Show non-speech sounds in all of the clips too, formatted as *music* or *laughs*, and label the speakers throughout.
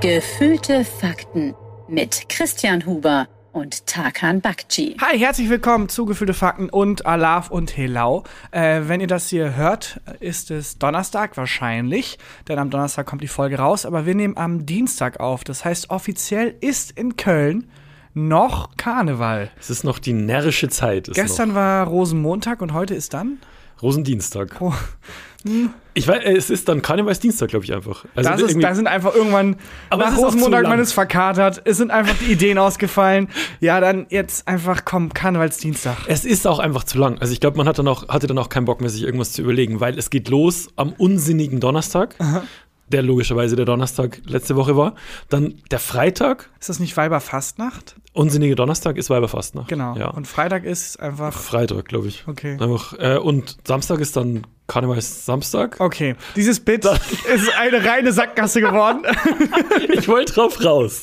Speaker 1: Gefühlte Fakten mit Christian Huber und Tarkan Bakci.
Speaker 2: Hi, herzlich willkommen zu Gefühlte Fakten und Alaf und Helau. Äh, wenn ihr das hier hört, ist es Donnerstag wahrscheinlich, denn am Donnerstag kommt die Folge raus, aber wir nehmen am Dienstag auf. Das heißt, offiziell ist in Köln noch Karneval.
Speaker 3: Es ist noch die närrische Zeit. Ist
Speaker 2: Gestern war Rosenmontag und heute ist dann?
Speaker 3: noch. Rosendienstag.
Speaker 2: Oh,
Speaker 3: Ich weiß, es ist dann Karnevalsdienstag, glaube ich einfach. Also
Speaker 2: das ist,
Speaker 3: irgendwie-
Speaker 2: da sind einfach irgendwann,
Speaker 3: Aber
Speaker 2: nach
Speaker 3: es ist auch zu
Speaker 2: Rosenmontag,
Speaker 3: lang.
Speaker 2: man ist verkatert, es sind einfach die Ideen ausgefallen. Ja, dann jetzt einfach, komm, Karnevalsdienstag.
Speaker 3: es ist auch einfach zu lang. Also ich glaube, man hat dann auch, hatte dann auch keinen Bock mehr, sich irgendwas zu überlegen, weil es geht los am unsinnigen Donnerstag, der logischerweise der Donnerstag letzte Woche war. Dann der Freitag,
Speaker 2: Ist das nicht Weiberfastnacht?
Speaker 3: unsinnige Donnerstag ist Weiberfastnacht.
Speaker 2: Genau.
Speaker 3: Ja.
Speaker 2: Und Freitag ist einfach.
Speaker 3: Freitag, glaube ich.
Speaker 2: Okay.
Speaker 3: Einfach, äh, und Samstag ist dann Karnevalssamstag.
Speaker 2: Okay, dieses Bit ist eine reine Sackgasse
Speaker 3: *laughs*
Speaker 2: geworden.
Speaker 3: Ich wollte drauf raus.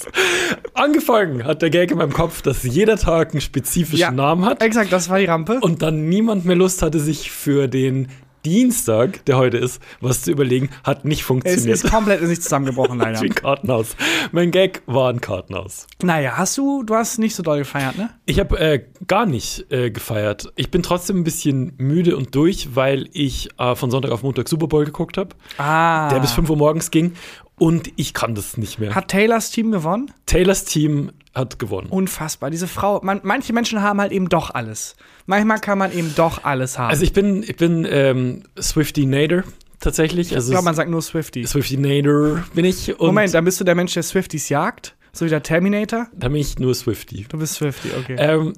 Speaker 3: Angefangen hat der Gag in meinem Kopf, dass jeder Tag einen spezifischen Namen hat
Speaker 2: Exakt, das war die Rampe.
Speaker 3: und dann niemand mehr Lust hatte, sich für den Dienstag, der heute ist, was zu überlegen, hat nicht
Speaker 2: es
Speaker 3: funktioniert. *laughs*
Speaker 2: ist komplett in sich zusammengebrochen, leider.
Speaker 3: Wie ein Kartenhaus. Mein Gag war ein Kartenhaus.
Speaker 2: naja, hast du, du hast nicht so doll gefeiert, ne?
Speaker 3: Ich habe äh, gar nicht äh, gefeiert. Ich bin trotzdem ein bisschen müde und durch, weil ich äh, von Sonntag auf Montag Super Bowl geguckt habe,
Speaker 2: Ah.
Speaker 3: der bis 5 Uhr morgens ging und ich kann das nicht mehr.
Speaker 2: Hat Taylors Team gewonnen?
Speaker 3: Taylors Team hat gewonnen.
Speaker 2: Unfassbar. Diese Frau, man, manche Menschen haben halt eben doch alles. Manchmal kann man eben doch alles haben.
Speaker 3: Also ich bin, ich bin ähm, Swifty Nader tatsächlich. Also
Speaker 2: ich glaube, man sagt nur Swifty.
Speaker 3: Swifty Nader bin ich. Und
Speaker 2: Moment, dann bist du der Mensch, der Swifties jagt? So wie der Terminator?
Speaker 3: Da bin ich nur Swifty.
Speaker 2: Du bist Swifty, okay.
Speaker 3: Ähm,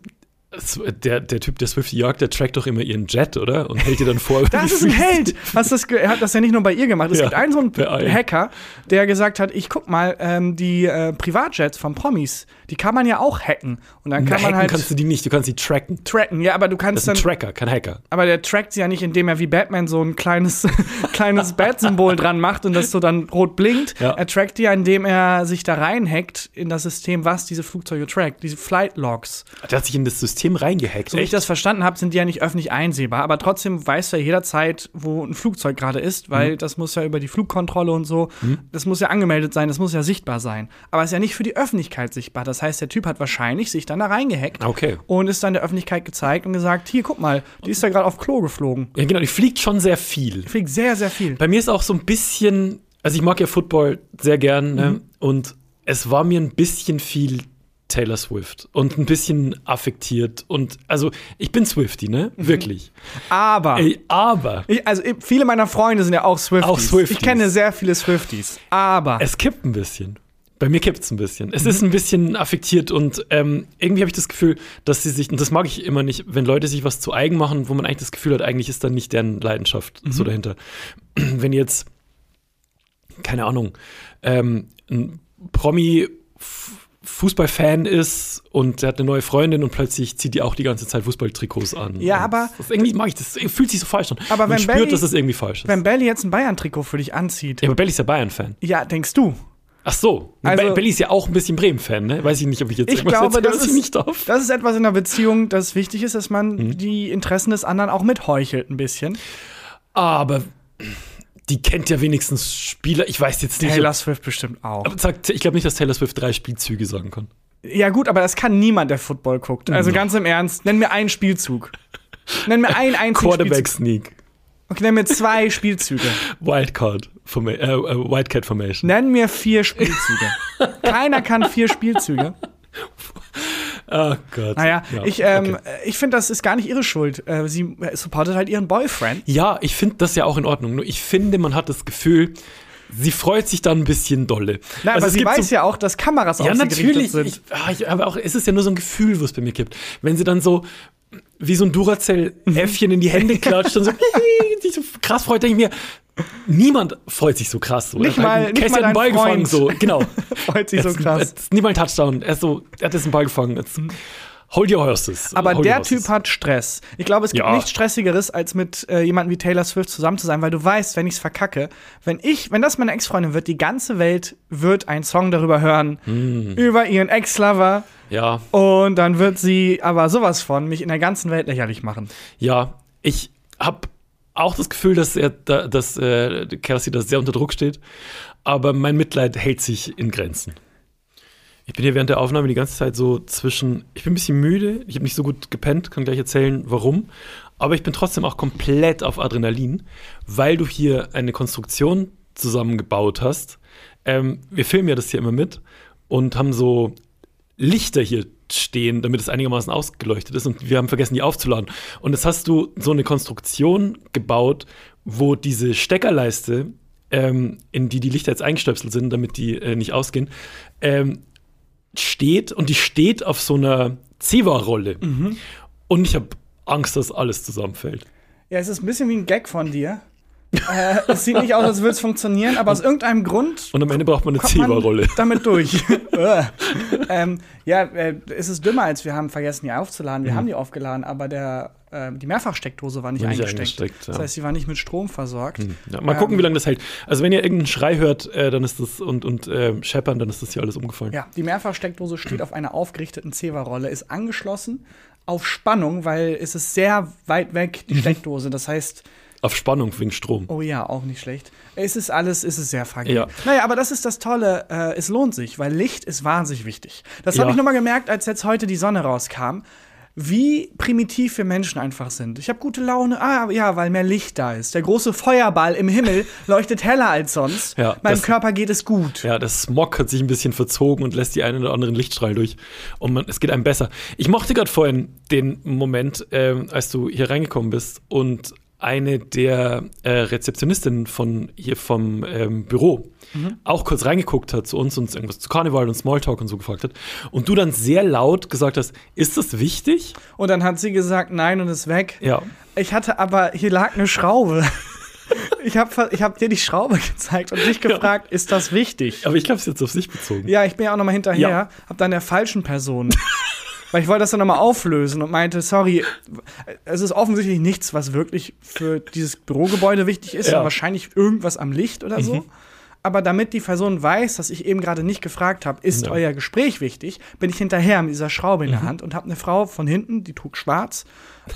Speaker 3: S- der, der Typ, der Swifty jagt, der trackt doch immer ihren Jet, oder? Und hält dir dann vor.
Speaker 2: *laughs* Das ist ein Held. Hast das ge- er hat das ja nicht nur bei ihr gemacht. Es
Speaker 3: Ja,
Speaker 2: gibt einen so einen
Speaker 3: bei allen.
Speaker 2: Hacker, der gesagt hat, ich guck mal, ähm, die äh, Privatjets von Promis, die kann man ja auch hacken. Und dann
Speaker 3: Na,
Speaker 2: kann
Speaker 3: hacken
Speaker 2: man halt
Speaker 3: kannst du die nicht, du kannst die tracken.
Speaker 2: tracken. Ja, aber du
Speaker 3: Das
Speaker 2: kannst
Speaker 3: ist ein
Speaker 2: dann,
Speaker 3: Tracker, kein Hacker.
Speaker 2: aber der trackt sie ja nicht, indem er wie Batman so ein kleines, *laughs* kleines Bat-Symbol dran macht und das so dann rot blinkt.
Speaker 3: Ja.
Speaker 2: Er trackt die ja, indem er sich da reinhackt in das System, was diese Flugzeuge trackt, diese Flight Logs.
Speaker 3: Der hat sich in das System reingehackt.
Speaker 2: So wie ich das verstanden habe, sind die ja nicht öffentlich einsehbar, aber trotzdem weiß ja jederzeit, wo ein Flugzeug gerade ist,
Speaker 3: Mhm.
Speaker 2: weil das muss ja über die Flugkontrolle und so, das muss ja angemeldet sein, das muss ja sichtbar sein. Aber es ist ja nicht für die Öffentlichkeit sichtbar. Das heißt, der Typ hat wahrscheinlich sich dann da reingehackt
Speaker 3: Okay.
Speaker 2: und ist dann der Öffentlichkeit gezeigt und gesagt, hier, guck mal, die ist da gerade auf Klo geflogen.
Speaker 3: Ja, genau, die fliegt schon sehr viel.
Speaker 2: Fliegt sehr, sehr viel.
Speaker 3: Bei mir ist auch so ein bisschen, also ich mag ja Football sehr gern ne? und es war mir ein bisschen viel Taylor Swift und ein bisschen affektiert und also ich bin Swifty, ne? Wirklich.
Speaker 2: Aber.
Speaker 3: Ey, aber
Speaker 2: Ich, also ich- viele meiner Freunde sind ja auch Swifties.
Speaker 3: Auch Swifties.
Speaker 2: Ich kenne sehr viele Swifties. Aber
Speaker 3: es kippt ein bisschen. Bei mir kippt es ein bisschen. Es ist ein bisschen affektiert und ähm, irgendwie habe ich das Gefühl, dass sie sich, und das mag ich immer nicht, wenn Leute sich was zu eigen machen, wo man eigentlich das Gefühl hat, eigentlich ist dann nicht deren Leidenschaft
Speaker 2: Mhm.
Speaker 3: so dahinter. *clears throat* Wenn jetzt, keine Ahnung, ähm, ein Promi F- Fußballfan ist und der hat eine neue Freundin und plötzlich zieht die auch die ganze Zeit Fußballtrikots an.
Speaker 2: Ja,
Speaker 3: Und
Speaker 2: aber-
Speaker 3: Das, irgendwie mag ich das. Fühlt sich so falsch an.
Speaker 2: Aber
Speaker 3: man
Speaker 2: wenn
Speaker 3: spürt,
Speaker 2: Belly-
Speaker 3: dass das irgendwie falsch ist.
Speaker 2: wenn Belly jetzt ein Bayern-Trikot für dich anzieht,
Speaker 3: ja, aber Belly ist ja Bayern-Fan.
Speaker 2: ja, denkst du?
Speaker 3: Ach so.
Speaker 2: Also-
Speaker 3: Be Belly ist ja auch ein bisschen Bremen-Fan, ne? Weiß ich nicht, ob ich jetzt
Speaker 2: Ich
Speaker 3: irgendwas
Speaker 2: glaube,
Speaker 3: erzähle,
Speaker 2: das
Speaker 3: was ich
Speaker 2: ist,
Speaker 3: nicht darf.
Speaker 2: das ist etwas in der Beziehung, das wichtig ist, dass man
Speaker 3: Mhm.
Speaker 2: die Interessen des anderen auch mitheuchelt ein bisschen.
Speaker 3: Aber die kennt ja wenigstens Spieler. Ich weiß jetzt nicht.
Speaker 2: Taylor
Speaker 3: ob-
Speaker 2: Swift bestimmt auch.
Speaker 3: Aber sagt- Ich glaube nicht, dass Taylor Swift drei Spielzüge sagen kann.
Speaker 2: Ja gut, aber das kann niemand, der Football guckt.
Speaker 3: Mhm.
Speaker 2: Also ganz im Ernst, nenn mir einen Spielzug. Nenn mir einen einzigen
Speaker 3: Quarterback
Speaker 2: Spielzug.
Speaker 3: Sneak,
Speaker 2: Okay, nenn mir zwei Spielzüge.
Speaker 3: Wildcard, Forma- äh, äh, Wildcat Formation.
Speaker 2: Nenn mir vier Spielzüge. Keiner kann vier Spielzüge.
Speaker 3: Oh Gott.
Speaker 2: Naja,
Speaker 3: Ja,
Speaker 2: ich, ähm,
Speaker 3: okay.
Speaker 2: ich finde, das ist gar nicht ihre Schuld. Äh, Sie äh, supportet halt ihren Boyfriend.
Speaker 3: Ja, ich finde das ja auch in Ordnung. Nur ich finde, man hat das Gefühl, sie freut sich dann ein bisschen dolle.
Speaker 2: Nein,
Speaker 3: Also
Speaker 2: aber
Speaker 3: es
Speaker 2: sie
Speaker 3: gibt
Speaker 2: weiß ja auch, dass Kameras auf
Speaker 3: Ja,
Speaker 2: sie gerichtet
Speaker 3: natürlich.
Speaker 2: sind.
Speaker 3: Ich, ah, ich, aber auch, es ist ja nur so ein Gefühl, was es bei mir gibt. Wenn sie dann so wie so ein
Speaker 2: Mhm.
Speaker 3: Duracell-Äffchen in
Speaker 2: *laughs*
Speaker 3: die Hände klatscht und so, sich so krass freut, denke ich mir, niemand freut sich so krass. So.
Speaker 2: Nicht
Speaker 3: Er hat halt
Speaker 2: mal-
Speaker 3: einen
Speaker 2: nicht
Speaker 3: Cassie
Speaker 2: mal
Speaker 3: hat
Speaker 2: dein
Speaker 3: einen Ball gefangen,
Speaker 2: Freund.
Speaker 3: so, genau.
Speaker 2: *laughs* Freut sich
Speaker 3: Er
Speaker 2: so
Speaker 3: hat-
Speaker 2: krass. Mhm.
Speaker 3: er hat Nicht mal einen Touchdown. Er, ist so, er hat jetzt einen Ball gefangen. Jetzt, hold your horses.
Speaker 2: Aber
Speaker 3: Hold your
Speaker 2: der
Speaker 3: horses.
Speaker 2: Typ hat Stress. Ich glaube, es gibt
Speaker 3: Ja.
Speaker 2: nichts Stressigeres, als mit äh, jemandem wie Taylor Swift zusammen zu sein, weil du weißt, wenn ich's verkacke, wenn ich, wenn das meine Ex-Freundin wird, die ganze Welt wird einen Song darüber hören, über ihren Ex-Lover.
Speaker 3: Ja,
Speaker 2: Und dann wird sie aber sowas von mich in der ganzen Welt lächerlich machen.
Speaker 3: ja. Ich hab auch das Gefühl, dass er, da, dass äh, Kelsey da sehr unter Druck steht. Aber mein Mitleid hält sich in Grenzen. Ich bin hier während der Aufnahme die ganze Zeit so zwischen. Ich bin ein bisschen müde, ich habe nicht so gut gepennt, kann gleich erzählen, warum. Aber ich bin trotzdem auch komplett auf Adrenalin, weil du hier eine Konstruktion zusammengebaut hast. Ähm, wir filmen ja das hier immer mit und haben so Lichter hier stehen, damit es einigermaßen ausgeleuchtet ist und wir haben vergessen, die aufzuladen. Und jetzt hast du so eine Konstruktion gebaut, wo diese Steckerleiste, ähm, in die die Lichter jetzt eingestöpselt sind, damit die äh, nicht ausgehen, ähm, steht und die steht auf so einer Zewa-Rolle. Und ich habe Angst, dass alles zusammenfällt.
Speaker 2: Ja, es ist ein bisschen wie ein Gag von dir. äh, es sieht nicht aus, als würde es funktionieren, aber aus irgendeinem Grund
Speaker 3: Und am Ende braucht man eine
Speaker 2: kommt man *laughs*
Speaker 3: Zewa-Rolle.
Speaker 2: damit
Speaker 3: *laughs*
Speaker 2: durch. Äh. ähm, ja, äh, es ist dümmer, als wir haben vergessen, die aufzuladen.
Speaker 3: Mhm.
Speaker 2: Wir haben die aufgeladen, aber der, äh, die Mehrfachsteckdose war nicht,
Speaker 3: War nicht
Speaker 2: eingesteckt.
Speaker 3: eingesteckt, ja. Mhm.
Speaker 2: Das heißt, sie war nicht mit Strom versorgt.
Speaker 3: Ja, mal
Speaker 2: Ähm.
Speaker 3: gucken, wie lange das hält. Also, wenn ihr irgendeinen Schrei hört, äh, dann ist das und, und äh, scheppern, dann ist das hier alles umgefallen.
Speaker 2: Ja, die Mehrfachsteckdose steht auf einer aufgerichteten Zewa-Rolle, ist angeschlossen auf Spannung, weil es ist sehr weit weg,
Speaker 3: Mhm.
Speaker 2: die Steckdose. Das heißt,
Speaker 3: Auf Spannung wegen Strom.
Speaker 2: oh ja, auch nicht schlecht. Es ist alles, es ist sehr fragil.
Speaker 3: Ja.
Speaker 2: Naja, aber das ist das Tolle, äh, es lohnt sich, weil Licht ist wahnsinnig wichtig. Das habe
Speaker 3: Ja.
Speaker 2: ich nochmal gemerkt, als jetzt heute die Sonne rauskam. Wie primitiv wir Menschen einfach sind. Ich habe gute Laune, ah ja, weil mehr Licht da ist. Der große Feuerball im
Speaker 3: *laughs*
Speaker 2: Himmel leuchtet heller als sonst.
Speaker 3: Ja,
Speaker 2: Meinem
Speaker 3: das-
Speaker 2: Körper geht es gut.
Speaker 3: Ja, der Smog hat sich ein bisschen verzogen und lässt die einen oder anderen Lichtstrahl durch. Und man, es geht einem besser. Ich mochte gerade vorhin den Moment, ähm, als du hier reingekommen bist und eine der äh, Rezeptionistinnen von hier vom ähm, Büro auch kurz reingeguckt hat zu uns und irgendwas zu Karneval und Smalltalk und so gefragt hat. Und du dann sehr laut gesagt hast, ist das wichtig?
Speaker 2: Und dann hat sie gesagt, nein und ist weg.
Speaker 3: Ja.
Speaker 2: Ich hatte aber, hier lag eine
Speaker 3: *laughs*
Speaker 2: Schraube. Ich habe ich hab dir die Schraube gezeigt und dich gefragt, ist das wichtig?
Speaker 3: Aber ich glaube, es ist jetzt auf sich bezogen.
Speaker 2: Ja, ich bin ja auch nochmal hinterher,
Speaker 3: Ja.
Speaker 2: hab dann der falschen Person. *laughs* Weil ich wollte das dann nochmal auflösen und meinte, sorry, es ist offensichtlich nichts, was wirklich für dieses Bürogebäude wichtig ist,
Speaker 3: Ja. Mhm.
Speaker 2: sondern wahrscheinlich irgendwas am Licht oder so. Aber damit die Person weiß, dass ich eben gerade nicht gefragt habe, ist
Speaker 3: Ja. Mhm.
Speaker 2: euer Gespräch wichtig, bin ich hinterher mit dieser Schraube in der Hand und habe eine Frau von hinten, die trug schwarz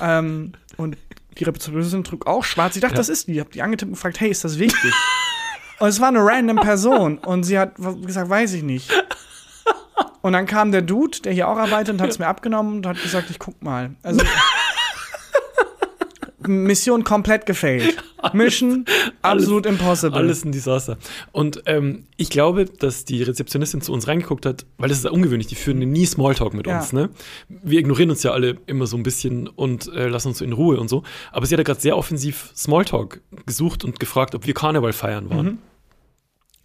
Speaker 2: ähm, und die Rezeptionistin trug auch schwarz. Ich dachte, das ist die. Ich habe die angetippt und gefragt, hey, ist das wichtig? Und es war eine random Person. Und sie hat w- gesagt, weiß ich nicht. Und dann kam der Dude, der hier auch arbeitet, und hat es mir abgenommen und hat gesagt, ich guck mal. Also. Mission komplett gefailt. Mission absolut impossible.
Speaker 3: Alles ein Desaster. Und ähm, ich glaube, dass die Rezeptionistin zu uns reingeguckt hat, weil das ist ja ungewöhnlich, die führen nie Smalltalk mit
Speaker 2: Ja.
Speaker 3: uns. Ne? Wir ignorieren uns ja alle immer so ein bisschen und äh, lassen uns so in Ruhe und so. Aber sie hat ja gerade sehr offensiv Smalltalk gesucht und gefragt, ob wir Karneval feiern waren.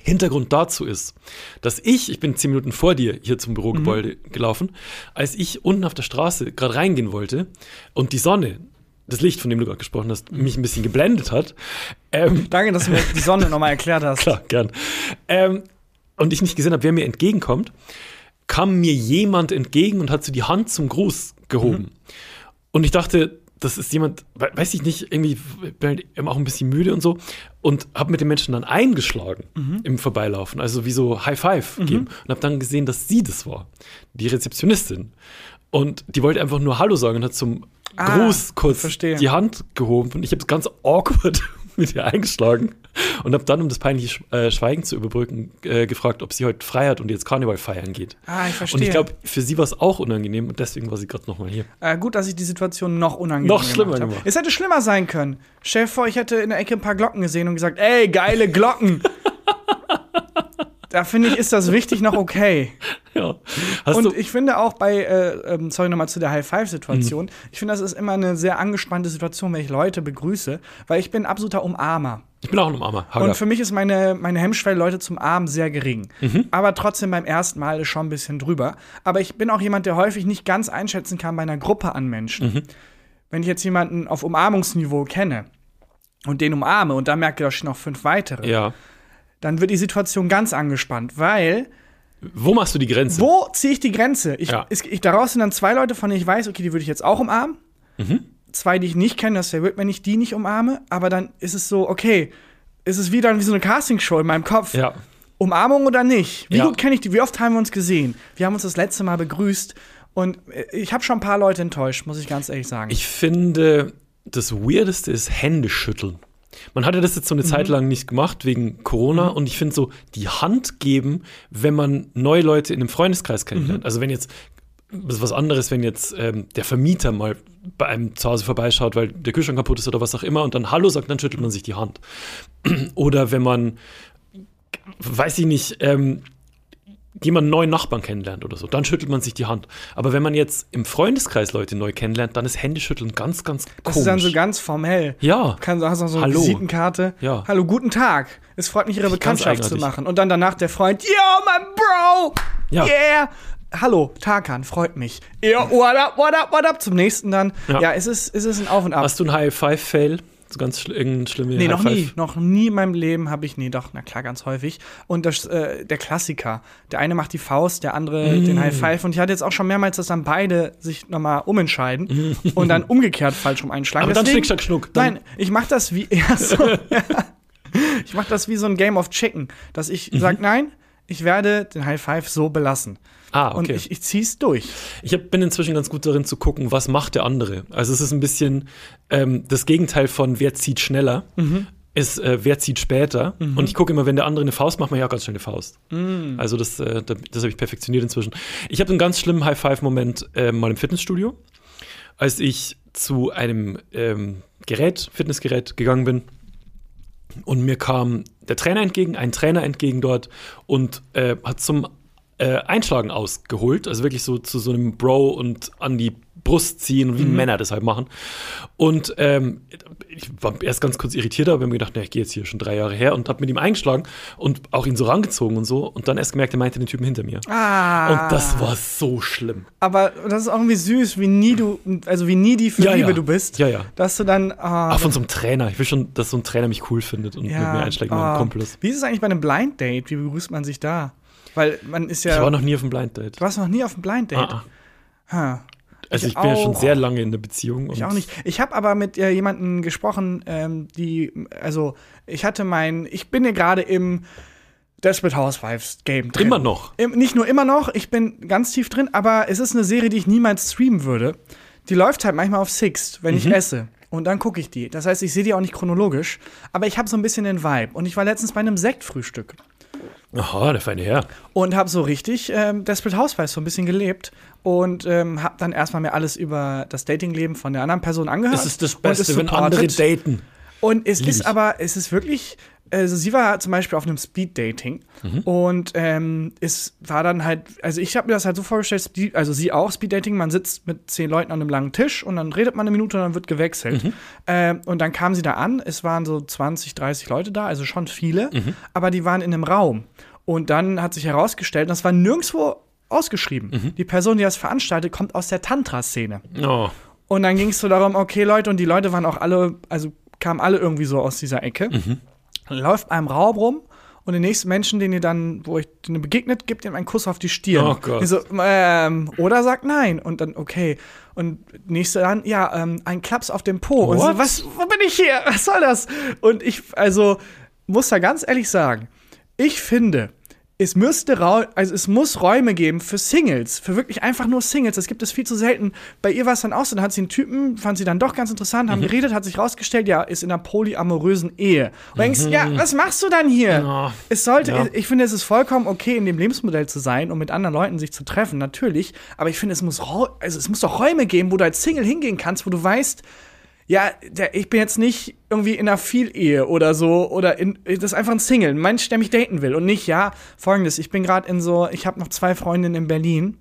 Speaker 3: Hintergrund dazu ist, dass ich, ich bin zehn Minuten vor dir hier zum Bürogebäude gelaufen, als ich unten auf der Straße gerade reingehen wollte und die Sonne, das Licht, von dem du gerade gesprochen hast, mich ein bisschen geblendet hat, ähm,
Speaker 2: Danke, dass du mir die Sonne nochmal erklärt hast.
Speaker 3: *laughs* Klar, gern. Ähm, und ich nicht gesehen habe, wer mir entgegenkommt, kam mir jemand entgegen und hat so die Hand zum Gruß gehoben.
Speaker 2: Mhm.
Speaker 3: Und ich dachte, das ist jemand, we- weiß ich nicht, irgendwie bin halt eben auch ein bisschen müde und so. Und habe mit den Menschen dann eingeschlagen
Speaker 2: Mhm.
Speaker 3: im Vorbeilaufen, also wie so High Five geben. Und habe dann gesehen, dass sie das war, die Rezeptionistin. Und die wollte einfach nur Hallo sagen und hat zum
Speaker 2: Ah,
Speaker 3: Gruß kurz
Speaker 2: verstehe.
Speaker 3: die Hand gehoben. Und ich habe es ganz awkward *laughs* mit ihr eingeschlagen. Und habe dann, um das peinliche Sch äh, Schweigen zu überbrücken, äh, gefragt, ob sie heute frei hat und jetzt Karneval feiern geht.
Speaker 2: Ah, ich verstehe.
Speaker 3: Und ich glaube, für sie war es auch unangenehm und deswegen war sie gerade nochmal hier. *laughs*
Speaker 2: Äh, gut, dass ich die Situation noch unangenehm
Speaker 3: Noch schlimmer
Speaker 2: gemacht habe.
Speaker 3: gemacht.
Speaker 2: Es hätte schlimmer sein können. Stell dir vor, ich hätte in der Ecke ein paar Glocken gesehen und gesagt, ey, geile
Speaker 3: *laughs*
Speaker 2: Glocken. da finde ich, ist das wichtig noch okay.
Speaker 3: Ja. Hast
Speaker 2: Und
Speaker 3: du,
Speaker 2: ich finde auch bei, äh, ähm, sorry nochmal zu der High-Five-Situation, ich finde, das ist immer eine sehr angespannte Situation, wenn ich Leute begrüße, weil ich bin ein absoluter Umarmer.
Speaker 3: ich bin auch ein Umarmer.
Speaker 2: Und
Speaker 3: Hager.
Speaker 2: für mich ist meine, meine Hemmschwelle, Leute zum Armen, sehr gering. Aber trotzdem beim ersten Mal ist schon ein bisschen drüber. Aber ich bin auch jemand, der häufig nicht ganz einschätzen kann bei einer Gruppe an Menschen. Wenn ich jetzt jemanden auf Umarmungsniveau kenne und den umarme und dann merke, da stehen noch fünf weitere,
Speaker 3: Ja.
Speaker 2: dann wird die Situation ganz angespannt, weil
Speaker 3: Wo machst du die Grenze?
Speaker 2: wo ziehe ich die Grenze? Ich,
Speaker 3: Ja.
Speaker 2: es- ich, daraus sind dann zwei Leute, von denen ich weiß, okay, die würde ich jetzt auch umarmen.
Speaker 3: Mhm.
Speaker 2: Zwei, die ich nicht kenne, das wäre weird, wenn ich die nicht umarme. Aber dann ist es so, okay, ist es ist wieder wie so eine Castingshow in meinem Kopf.
Speaker 3: Ja.
Speaker 2: Umarmung oder nicht? Wie
Speaker 3: Ja.
Speaker 2: gut kenne ich die? Wie oft haben wir uns gesehen? Wir haben uns das letzte Mal begrüßt. Und äh, ich habe schon ein paar Leute enttäuscht, muss ich ganz ehrlich sagen.
Speaker 3: Ich finde, das Weirdeste ist Händeschütteln. Man hatte das jetzt so eine Zeit lang nicht gemacht wegen Corona und ich finde so, die Hand geben, wenn man neue Leute in einem Freundeskreis kennenlernt. Also wenn jetzt, das ist was anderes, wenn jetzt ähm, der Vermieter mal bei einem zu Hause vorbeischaut, weil der Kühlschrank kaputt ist oder was auch immer und dann Hallo sagt, dann schüttelt man sich die Hand. oder wenn man, weiß ich nicht, ähm, jemanden neuen Nachbarn kennenlernt oder so, dann schüttelt man sich die Hand. Aber wenn man jetzt im Freundeskreis Leute neu kennenlernt, dann ist Händeschütteln ganz, ganz komisch.
Speaker 2: Das ist dann so ganz formell.
Speaker 3: Ja.
Speaker 2: Kann, hast noch so eine
Speaker 3: Hallo.
Speaker 2: Visitenkarte.
Speaker 3: Ja.
Speaker 2: Hallo, guten Tag. Es freut mich, Ihre Bekanntschaft zu
Speaker 3: eigenartig.
Speaker 2: machen. Und dann danach der Freund, yo, mein Bro!
Speaker 3: Ja.
Speaker 2: Yeah! Hallo, Tarkan, freut mich. Yo, what up, what up, what up? Zum nächsten dann. Ja,
Speaker 3: Ja.
Speaker 2: es, ist, es ist ein Auf und Ab.
Speaker 3: Hast du einen High-Five-Fail? So ganz schl irgendein schlimme
Speaker 2: Nee, noch
Speaker 3: High-Five?
Speaker 2: nie. Noch nie in meinem Leben habe ich, nee, doch, na klar, ganz häufig. Und das, äh, der Klassiker. Der eine macht die Faust, der andere
Speaker 3: Mm.
Speaker 2: den High Five. Und ich hatte jetzt auch schon mehrmals, dass dann beide sich nochmal umentscheiden und dann umgekehrt falsch rum einschlagen.
Speaker 3: Mm. Aber dann
Speaker 2: Deswegen-
Speaker 3: Schnick, Schnack, Schnuck. Dann-
Speaker 2: nein, ich mache das wie, *laughs* ja, so, ja. ich mache das wie so ein Game of Chicken, dass ich
Speaker 3: Mhm.
Speaker 2: sag, nein, ich werde den High Five so belassen.
Speaker 3: Ah,
Speaker 2: Und
Speaker 3: okay.
Speaker 2: ich, ich zieh's durch.
Speaker 3: Ich hab, bin inzwischen ganz gut darin zu gucken, was macht der andere. Also es ist ein bisschen ähm, das Gegenteil von wer zieht schneller. Ist, äh, wer zieht später? Und ich gucke immer, wenn der andere eine Faust macht, mache ich auch ganz schnell eine Faust. Also, das, äh, da- das habe ich perfektioniert inzwischen. Ich habe einen ganz schlimmen High-Five-Moment äh, mal im Fitnessstudio, als ich zu einem ähm, Gerät, Fitnessgerät gegangen bin. Und mir kam der Trainer entgegen, ein Trainer entgegen dort und äh, hat zum äh, Einschlagen ausgeholt, also wirklich so zu so einem Bro und an die Brust ziehen,
Speaker 2: Mhm.
Speaker 3: wie Männer das halt machen. Und ähm, ich war erst ganz kurz irritiert, aber hab mir gedacht, na, ich gehe jetzt hier schon drei Jahre her und habe mit ihm eingeschlagen und auch ihn so rangezogen und so. Und dann erst gemerkt, er meinte den Typen hinter mir.
Speaker 2: Ah.
Speaker 3: Und das war so schlimm.
Speaker 2: Aber das ist auch irgendwie süß, wie nie du, also wie nie die für
Speaker 3: Ja, ja.
Speaker 2: Liebe du bist.
Speaker 3: Ja, ja.
Speaker 2: Dass du dann. ah,
Speaker 3: Auch von so einem Trainer. Ich will schon, dass so ein Trainer mich cool findet und mit mir einschlägt, mit
Speaker 2: ah.
Speaker 3: meinem Kumpel ist.
Speaker 2: Wie ist es eigentlich bei einem Blind Date? Wie begrüßt man sich da? Weil man ist
Speaker 3: Ich
Speaker 2: ja.
Speaker 3: war noch nie auf einem Blind Date.
Speaker 2: du warst noch nie auf einem Blind Date.
Speaker 3: Ah, ah.
Speaker 2: Ha.
Speaker 3: Also
Speaker 2: Ich
Speaker 3: ich, bin ja schon
Speaker 2: auch.
Speaker 3: sehr lange in der Beziehung.
Speaker 2: Ich
Speaker 3: und-
Speaker 2: auch nicht. Ich habe aber mit äh, jemandem gesprochen, ähm, die, also ich hatte mein, ich bin ja gerade im Desperate Housewives Game drin.
Speaker 3: Immer noch?
Speaker 2: Im, nicht nur immer noch, ich bin ganz tief drin, aber es ist eine Serie, die ich niemals streamen würde. Die läuft halt manchmal auf Sixt, wenn
Speaker 3: Mhm.
Speaker 2: ich esse. Und dann gucke ich die. Das heißt, ich sehe die auch nicht chronologisch, aber ich habe so ein bisschen den Vibe. Und ich war letztens bei einem Sektfrühstück
Speaker 3: Aha, der feine Herr.
Speaker 2: und habe so richtig ähm, Desperate Housewives so ein bisschen gelebt und ähm, habe dann erstmal mir alles über das Datingleben von der anderen Person angehört.
Speaker 3: Das ist das
Speaker 2: und
Speaker 3: Beste,
Speaker 2: es
Speaker 3: wenn andere
Speaker 2: supported.
Speaker 3: daten.
Speaker 2: Und es
Speaker 3: Lieb
Speaker 2: ist
Speaker 3: ich.
Speaker 2: aber, es ist wirklich, also sie war zum Beispiel auf einem Speed-Dating und ähm, es war dann halt, also ich habe mir das halt so vorgestellt, Speed, also sie auch Speed-Dating, man sitzt mit zehn Leuten an einem langen Tisch und dann redet man eine Minute und dann wird gewechselt. Ähm, und dann kam sie da an, es waren so 20, 30 Leute da, also schon viele, aber die waren in einem Raum. Und dann hat sich herausgestellt, das war nirgendwo ausgeschrieben. Die Person, die das veranstaltet, kommt aus der Tantra-Szene.
Speaker 3: Oh.
Speaker 2: Und dann ging es so darum, okay, Leute, und die Leute waren auch alle, also kamen alle irgendwie so aus dieser Ecke.
Speaker 3: Mhm.
Speaker 2: Läuft einem Raum rum und den nächsten Menschen, den ihr dann, wo ich den begegnet, gibt ihm einen Kuss auf die Stirn.
Speaker 3: Oh Gott.
Speaker 2: Ich so, ähm, oder sagt nein. Und dann, okay. Und nächste dann, ja, ähm, ein Klaps auf dem Po. Und so,
Speaker 3: What?
Speaker 2: was, wo bin ich hier? Was soll das? Und ich, also, muss da ganz ehrlich sagen, ich finde, es müsste Ra also es muss Räume geben für Singles, für wirklich einfach nur Singles. Das gibt es viel zu selten. Bei ihr war es dann auch so, dann hat sie einen Typen, fand sie dann doch ganz interessant,
Speaker 3: Mhm.
Speaker 2: haben geredet, hat sich rausgestellt, ja, ist in einer polyamorösen Ehe. Und denkst, ja, was machst du dann hier?
Speaker 3: Mhm. Ja.
Speaker 2: Es sollte,
Speaker 3: Ja.
Speaker 2: ich finde, es ist vollkommen okay, in dem Lebensmodell zu sein und mit anderen Leuten sich zu treffen, natürlich. Aber ich finde, es muss, Rau- also es muss doch Räume geben, wo du als Single hingehen kannst, wo du weißt, ja, der, ich bin jetzt nicht irgendwie in einer Vielehe oder so oder in, das ist einfach ein Single, ein Mensch, der mich daten will und nicht, ja, folgendes, ich bin gerade in so, ich habe noch zwei Freundinnen in
Speaker 3: *laughs*
Speaker 2: Berlin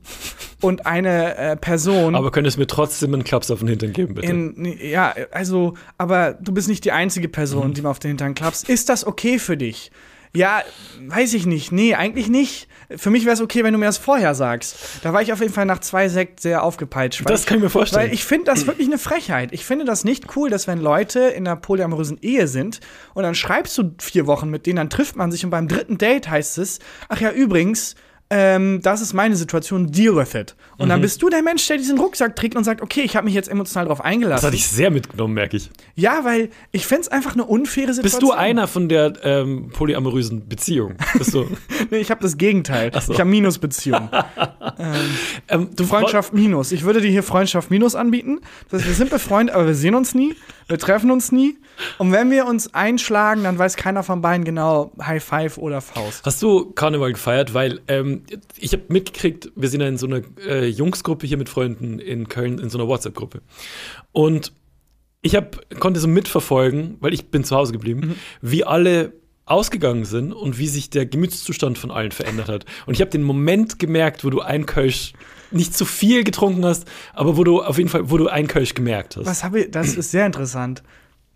Speaker 2: und eine äh, Person
Speaker 3: Aber könntest du mir trotzdem einen Klaps auf den Hintern geben, bitte?
Speaker 2: in, ja, also, aber du bist nicht die einzige
Speaker 3: Mhm.
Speaker 2: Person, die mal auf den Hintern klappst. Ist das okay für dich? Ja, weiß ich nicht. Nee, eigentlich nicht. Für mich wäre es okay, wenn du mir das vorher sagst. Da war ich auf jeden Fall nach zwei Sekt sehr aufgepeitscht. weil
Speaker 3: das kann ich mir vorstellen.
Speaker 2: weil ich finde das wirklich eine Frechheit. Ich finde das nicht cool, dass wenn Leute in einer polyamorösen Ehe sind und dann schreibst du vier Wochen mit denen, dann trifft man sich und beim dritten Date heißt es, ach ja, übrigens, ähm, das ist meine Situation, deal with it. Und
Speaker 3: Mhm.
Speaker 2: dann bist du der Mensch, der diesen Rucksack trägt und sagt, okay, ich habe mich jetzt emotional drauf
Speaker 3: Das
Speaker 2: eingelassen.
Speaker 3: hatte ich sehr mitgenommen, merke ich.
Speaker 2: ja, weil ich fänd's einfach eine unfaire
Speaker 3: Bist
Speaker 2: Situation.
Speaker 3: du einer von der ähm, polyamorösen Beziehung? Bist *laughs* du,
Speaker 2: Nee, ich habe das Gegenteil.
Speaker 3: so.
Speaker 2: Ich habe Minusbeziehung.
Speaker 3: ähm, du
Speaker 2: Freundschaft Minus. Ich würde dir hier Freundschaft Minus anbieten. Das heißt, wir sind befreundet, aber wir sehen uns nie. Wir treffen uns nie. Und wenn wir uns einschlagen, dann weiß keiner von beiden genau High Five oder Faust.
Speaker 3: Hast du Karneval gefeiert? Weil ähm, ich habe mitgekriegt, wir sind ja in so einer äh, Jungsgruppe hier mit Freunden in Köln, in so einer WhatsApp-Gruppe. Und ich hab, konnte so mitverfolgen, weil ich bin zu Hause geblieben, wie alle ausgegangen sind und wie sich der Gemütszustand von allen verändert hat. Und ich habe den Moment gemerkt, wo du ein Kölsch nicht zu viel getrunken hast, aber wo du auf jeden Fall, wo du ein Kölsch gemerkt hast.
Speaker 2: Was habe ich? Das ist sehr interessant.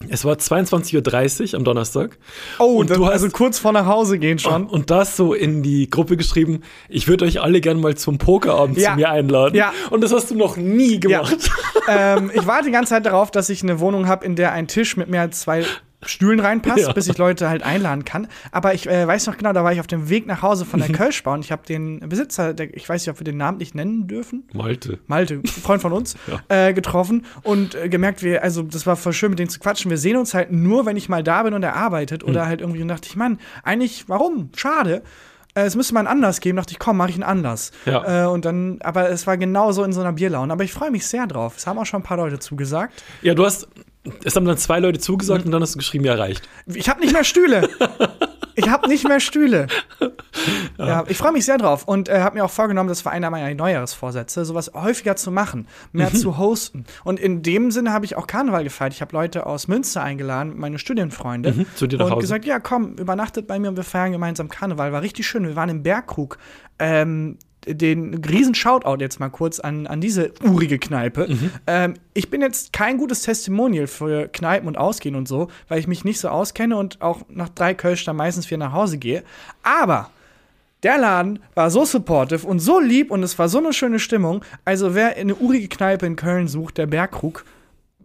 Speaker 3: Es war 22.30 Uhr am Donnerstag.
Speaker 2: Oh,
Speaker 3: Und
Speaker 2: das,
Speaker 3: du hast- Oh.
Speaker 2: also kurz vor nach Hause gehen schon.
Speaker 3: Und das so in die Gruppe geschrieben, ich würde euch alle gern mal zum Pokerabend
Speaker 2: Ja.
Speaker 3: zu mir einladen.
Speaker 2: Ja.
Speaker 3: Und das hast du noch nie
Speaker 2: Ja.
Speaker 3: gemacht.
Speaker 2: ähm, ich warte die ganze Zeit darauf, dass ich eine Wohnung habe, in der ein Tisch mit mehr als zwei Stühlen reinpasst,
Speaker 3: Ja.
Speaker 2: bis ich Leute halt einladen kann. Aber ich äh, weiß noch genau, da war ich auf dem Weg nach Hause von der
Speaker 3: Mhm.
Speaker 2: Kölschbau und ich habe den Besitzer, der, ich weiß nicht, ob wir den Namen nicht nennen dürfen.
Speaker 3: *laughs* Malte.
Speaker 2: Malte, Freund von uns, äh, getroffen und äh, gemerkt, wir, also das war voll schön, mit denen zu quatschen. Wir sehen uns halt nur, wenn ich mal da bin und er arbeitet oder halt irgendwie und dachte ich, Mann, eigentlich, warum? Schade. Äh, Es müsste mal einen Anlass geben, dachte ich, komm, mache ich einen Anlass.
Speaker 3: Ja.
Speaker 2: Äh, und dann, aber es war genauso in so einer Bierlaune. Aber ich freue mich sehr drauf. Es haben auch schon ein paar Leute zugesagt.
Speaker 3: Ja, du hast, es haben dann zwei Leute zugesagt
Speaker 2: Mhm.
Speaker 3: und dann hast du geschrieben, ja, reicht.
Speaker 2: Ich habe nicht mehr
Speaker 3: *laughs*
Speaker 2: Stühle. ich habe nicht mehr Stühle. Ja. ich freue mich sehr drauf und äh, habe mir auch vorgenommen, das war einer meiner Neujahresvorsätze, sowas häufiger zu machen, mehr
Speaker 3: Mhm.
Speaker 2: zu hosten. Und in dem Sinne habe ich auch Karneval gefeiert. Ich habe Leute aus Münster eingeladen, meine Studienfreunde,
Speaker 3: Mhm, zu dir nach
Speaker 2: und
Speaker 3: Hause.
Speaker 2: gesagt, ja, komm, übernachtet bei mir und wir feiern gemeinsam Karneval. War richtig schön. Wir waren im Bergkrug. Ähm, den riesen Shoutout jetzt mal kurz an, an diese urige Kneipe.
Speaker 3: Mhm.
Speaker 2: Ähm, ich bin jetzt kein gutes Testimonial für Kneipen und Ausgehen und so, weil ich mich nicht so auskenne und auch nach drei Kölsch dann meistens wieder nach Hause gehe. Aber der Laden war so supportive und so lieb und es war so eine schöne Stimmung. Also wer eine urige Kneipe in Köln sucht, der Bergkrug,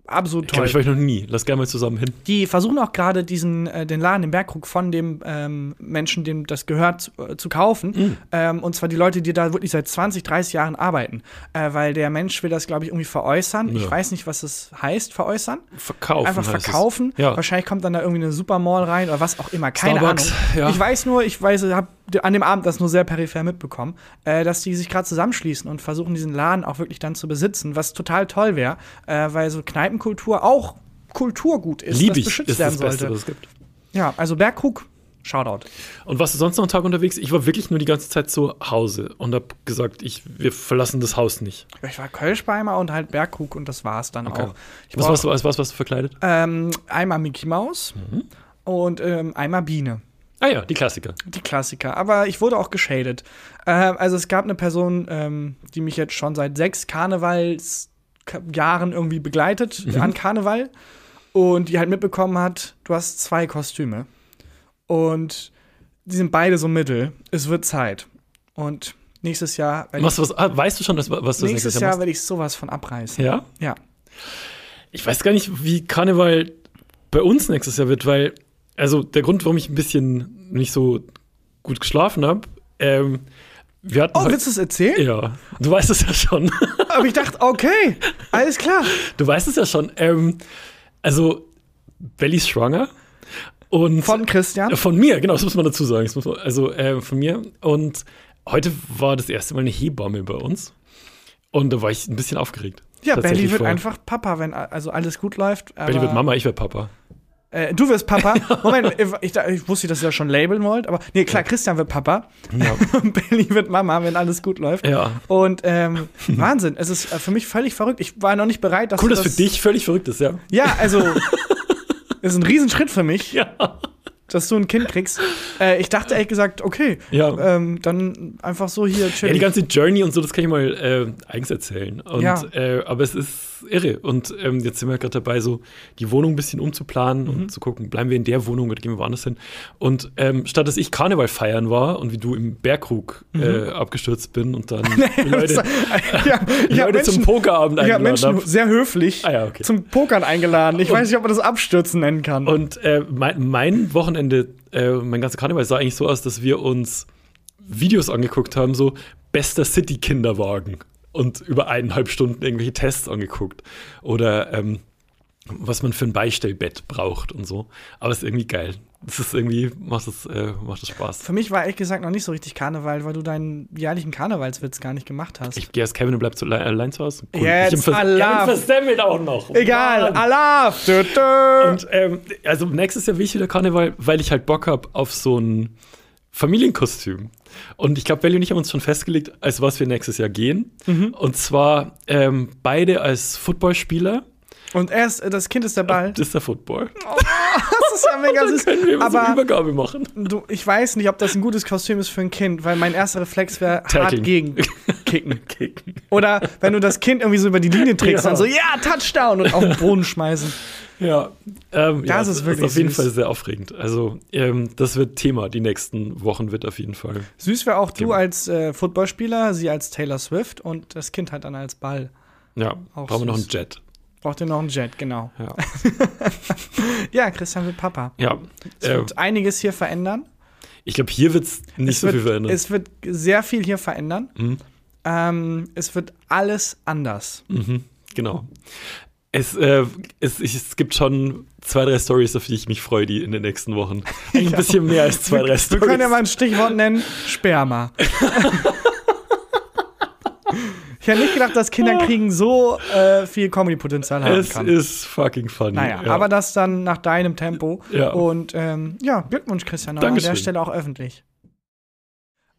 Speaker 2: absolut
Speaker 3: Ich glaube,
Speaker 2: toll.
Speaker 3: ich war ich noch nie. Lass gerne mal zusammen hin.
Speaker 2: Die versuchen auch gerade diesen äh, den Laden im Bergkrug von dem ähm, Menschen, dem das gehört, zu, äh, zu kaufen. Ähm, und zwar die Leute, die da wirklich seit 20, 30 Jahren arbeiten. Äh, weil der Mensch will das, glaube ich, irgendwie veräußern. Ich
Speaker 3: Ja.
Speaker 2: weiß nicht, was es heißt, veräußern.
Speaker 3: Verkaufen.
Speaker 2: Einfach
Speaker 3: heißt es.
Speaker 2: verkaufen.
Speaker 3: Ja.
Speaker 2: Wahrscheinlich kommt dann da irgendwie eine Supermall rein oder was auch immer. Keine
Speaker 3: Starbucks,
Speaker 2: Ahnung.
Speaker 3: ja.
Speaker 2: Ich weiß nur, ich weiß, habe an dem Abend das nur sehr peripher mitbekommen, äh, dass die sich gerade zusammenschließen und versuchen, diesen Laden auch wirklich dann zu besitzen, was total toll wäre, äh, weil so Kneipenkultur auch Kulturgut ist,
Speaker 3: Lieb
Speaker 2: das
Speaker 3: ich
Speaker 2: beschützt
Speaker 3: ist
Speaker 2: werden
Speaker 3: das
Speaker 2: sollte.
Speaker 3: Beste, was es gibt.
Speaker 2: Ja, also Bergkrug, Shoutout.
Speaker 3: Und warst du sonst noch einen Tag unterwegs? Ich war wirklich nur die ganze Zeit zu Hause und habe gesagt, ich, wir verlassen das Haus nicht.
Speaker 2: Ich war Kölschbeimer und halt Bergkrug und das war's dann auch. Ich
Speaker 3: was
Speaker 2: war
Speaker 3: warst du, als was warst du Mhm. verkleidet?
Speaker 2: ähm, einmal Mickey Mouse und ähm, einmal Biene.
Speaker 3: Ah ja, die Klassiker.
Speaker 2: Die Klassiker. Aber ich wurde auch geschadet. Äh, also es gab eine Person, ähm, die mich jetzt schon seit sechs Karnevalsjahren irgendwie begleitet
Speaker 3: Mhm.
Speaker 2: an Karneval und die halt mitbekommen hat, du hast zwei Kostüme und die sind beide so mittel. Es wird Zeit. Und nächstes Jahr, werde ich-
Speaker 3: Machst du was, ah, weißt du schon, dass, was du das
Speaker 2: nächstes Jahr
Speaker 3: machst?
Speaker 2: werde ich sowas von abreißen.
Speaker 3: Ja?
Speaker 2: Ja.
Speaker 3: Ich weiß gar nicht, wie Karneval bei uns nächstes Jahr wird, weil, also der Grund, warum ich ein bisschen nicht so gut geschlafen habe, ähm, wir hatten.
Speaker 2: Oh,
Speaker 3: heu-
Speaker 2: willst du es erzählen?
Speaker 3: ja, du weißt es ja schon. *laughs*
Speaker 2: Aber ich dachte, okay, alles klar.
Speaker 3: Du weißt es ja schon. Ähm, also, Belly ist schwanger. Und
Speaker 2: Von Christian.
Speaker 3: Ja, Von mir, genau, das muss man dazu sagen. Das muss man, also äh, von mir. Und heute war das erste Mal eine Hebamme bei uns. Und da war ich ein bisschen aufgeregt.
Speaker 2: Ja,
Speaker 3: Tatsächlich
Speaker 2: Belly wird
Speaker 3: vorher.
Speaker 2: einfach Papa, wenn also alles gut läuft. Aber,
Speaker 3: Belly wird Mama, ich werde Papa.
Speaker 2: Äh, du wirst
Speaker 3: *laughs*
Speaker 2: Papa. Moment, ich, da- ich wusste, dass ihr das schon labeln wollt, aber nee, klar, Christian wird Papa.
Speaker 3: Ja.
Speaker 2: *laughs* Und Belly wird Mama, wenn alles gut läuft.
Speaker 3: Ja.
Speaker 2: Und
Speaker 3: *laughs*
Speaker 2: ähm, Wahnsinn, es ist äh, für mich völlig verrückt. Ich war noch nicht bereit, dass
Speaker 3: Cool,
Speaker 2: du
Speaker 3: dass für dich völlig verrückt ist, ja.
Speaker 2: Ja,
Speaker 3: *laughs*
Speaker 2: also ist ein Riesenschritt für mich, dass du ein Kind kriegst. Äh, ich dachte ehrlich gesagt, okay,
Speaker 3: Ja.
Speaker 2: ähm, dann einfach so hier
Speaker 3: Ja, die
Speaker 2: *laughs* chillen.
Speaker 3: ganze Journey und so, das kann ich mal äh, eigens erzählen. Und,
Speaker 2: Ja.
Speaker 3: äh, aber es ist irre. Und ähm, jetzt sind wir gerade dabei, so die Wohnung ein bisschen umzuplanen
Speaker 2: Mhm.
Speaker 3: und zu gucken, bleiben wir in der Wohnung oder gehen wir woanders hin. Und ähm, statt dass ich Karneval feiern war und wie du im Bergkrug
Speaker 2: Mhm.
Speaker 3: äh, abgestürzt bin
Speaker 2: *laughs*
Speaker 3: und dann die *laughs* Leute,
Speaker 2: ja,
Speaker 3: die
Speaker 2: ja,
Speaker 3: Leute zum
Speaker 2: Menschen,
Speaker 3: Pokerabend
Speaker 2: ich habe
Speaker 3: eingeladen
Speaker 2: Menschen
Speaker 3: habe.
Speaker 2: sehr höflich
Speaker 3: Ah ja, okay.
Speaker 2: zum Pokern eingeladen. Ich weiß nicht, ob man das Abstürzen nennen kann.
Speaker 3: Und äh, mein, mein Wochenende, äh, mein ganzer Karneval sah eigentlich so aus, dass wir uns Videos angeguckt haben, so bester City-Kinderwagen und über eineinhalb Stunden irgendwelche Tests angeguckt. Oder ähm, was man für ein Beistellbett braucht und so. Aber es ist irgendwie geil. Es ist irgendwie, macht es, äh, macht es Spaß.
Speaker 2: Für mich war ehrlich gesagt noch nicht so richtig Karneval, weil du deinen jährlichen Karnevalswitz gar nicht gemacht hast.
Speaker 3: Ich gehe als Kevin und bleib zu, allein zu Hause.
Speaker 2: Jetzt
Speaker 3: ich bin vers-
Speaker 2: Allah.
Speaker 3: Ja, ich bin versemmelt auch noch.
Speaker 2: Egal,
Speaker 3: Mann.
Speaker 2: Alaf! Dö, dö.
Speaker 3: Und ähm, also nächstes Jahr will ich wieder Karneval, weil ich halt Bock habe auf so ein Familienkostüm. Und ich glaube, Belly und ich haben uns schon festgelegt, als was wir nächstes Jahr gehen.
Speaker 2: Mhm.
Speaker 3: Und zwar ähm, beide als Footballspieler.
Speaker 2: Und erst äh, das Kind ist der Ball.
Speaker 3: Das ist der Football.
Speaker 2: Das ist ja
Speaker 3: *laughs*
Speaker 2: mega süß.
Speaker 3: Können wir immer so eine
Speaker 2: Aber
Speaker 3: Übergabe machen?
Speaker 2: du, ich weiß nicht, ob das ein gutes Kostüm ist für ein Kind, weil mein erster Reflex wäre hart
Speaker 3: Tackling. *laughs*
Speaker 2: gegen kicken.
Speaker 3: Kicken.
Speaker 2: Oder wenn du das Kind irgendwie so über die Linie trägst,
Speaker 3: Ja.
Speaker 2: dann so, ja, Touchdown und auf den Boden schmeißen.
Speaker 3: Ja, ähm, ja,
Speaker 2: Das ist wirklich
Speaker 3: auf jeden
Speaker 2: süß.
Speaker 3: Fall sehr aufregend. Also, ähm, das wird Thema die nächsten Wochen, wird auf jeden Fall.
Speaker 2: Süß wäre auch
Speaker 3: Genau.
Speaker 2: du als äh, Footballspieler, sie als Taylor Swift und das Kind halt dann als Ball.
Speaker 3: Ja,
Speaker 2: Auch
Speaker 3: brauchen wir noch einen
Speaker 2: süß.
Speaker 3: Jet.
Speaker 2: Braucht ihr noch einen Jet, genau.
Speaker 3: Ja,
Speaker 2: Ja, Christian wird Papa.
Speaker 3: ja.
Speaker 2: *laughs* Es
Speaker 3: Äh,
Speaker 2: wird einiges hier verändern.
Speaker 3: ich glaube, hier wird es nicht
Speaker 2: es
Speaker 3: so
Speaker 2: wird,
Speaker 3: viel verändern.
Speaker 2: Es wird sehr viel hier verändern.
Speaker 3: Mhm.
Speaker 2: Ähm, es wird alles anders.
Speaker 3: Mhm, genau. Es, äh, es, ich, es gibt schon zwei, drei Stories, auf die ich mich freue, die in den nächsten
Speaker 2: *laughs*
Speaker 3: Wochen. Eigentlich ein bisschen mehr als zwei, drei
Speaker 2: Wir
Speaker 3: Stories.
Speaker 2: können ja mal ein Stichwort nennen:
Speaker 3: *laughs*
Speaker 2: Sperma. ich hätte nicht gedacht, dass Kinder kriegen so äh, viel Comedy-Potenzial haben
Speaker 3: Ah. es
Speaker 2: kann.
Speaker 3: ist fucking funny.
Speaker 2: Naja,
Speaker 3: ja.
Speaker 2: aber das dann nach deinem Tempo.
Speaker 3: Ja.
Speaker 2: Und ähm, ja, Glückwunsch, Christian, aber an der
Speaker 3: Dankeschön.
Speaker 2: Stelle auch öffentlich.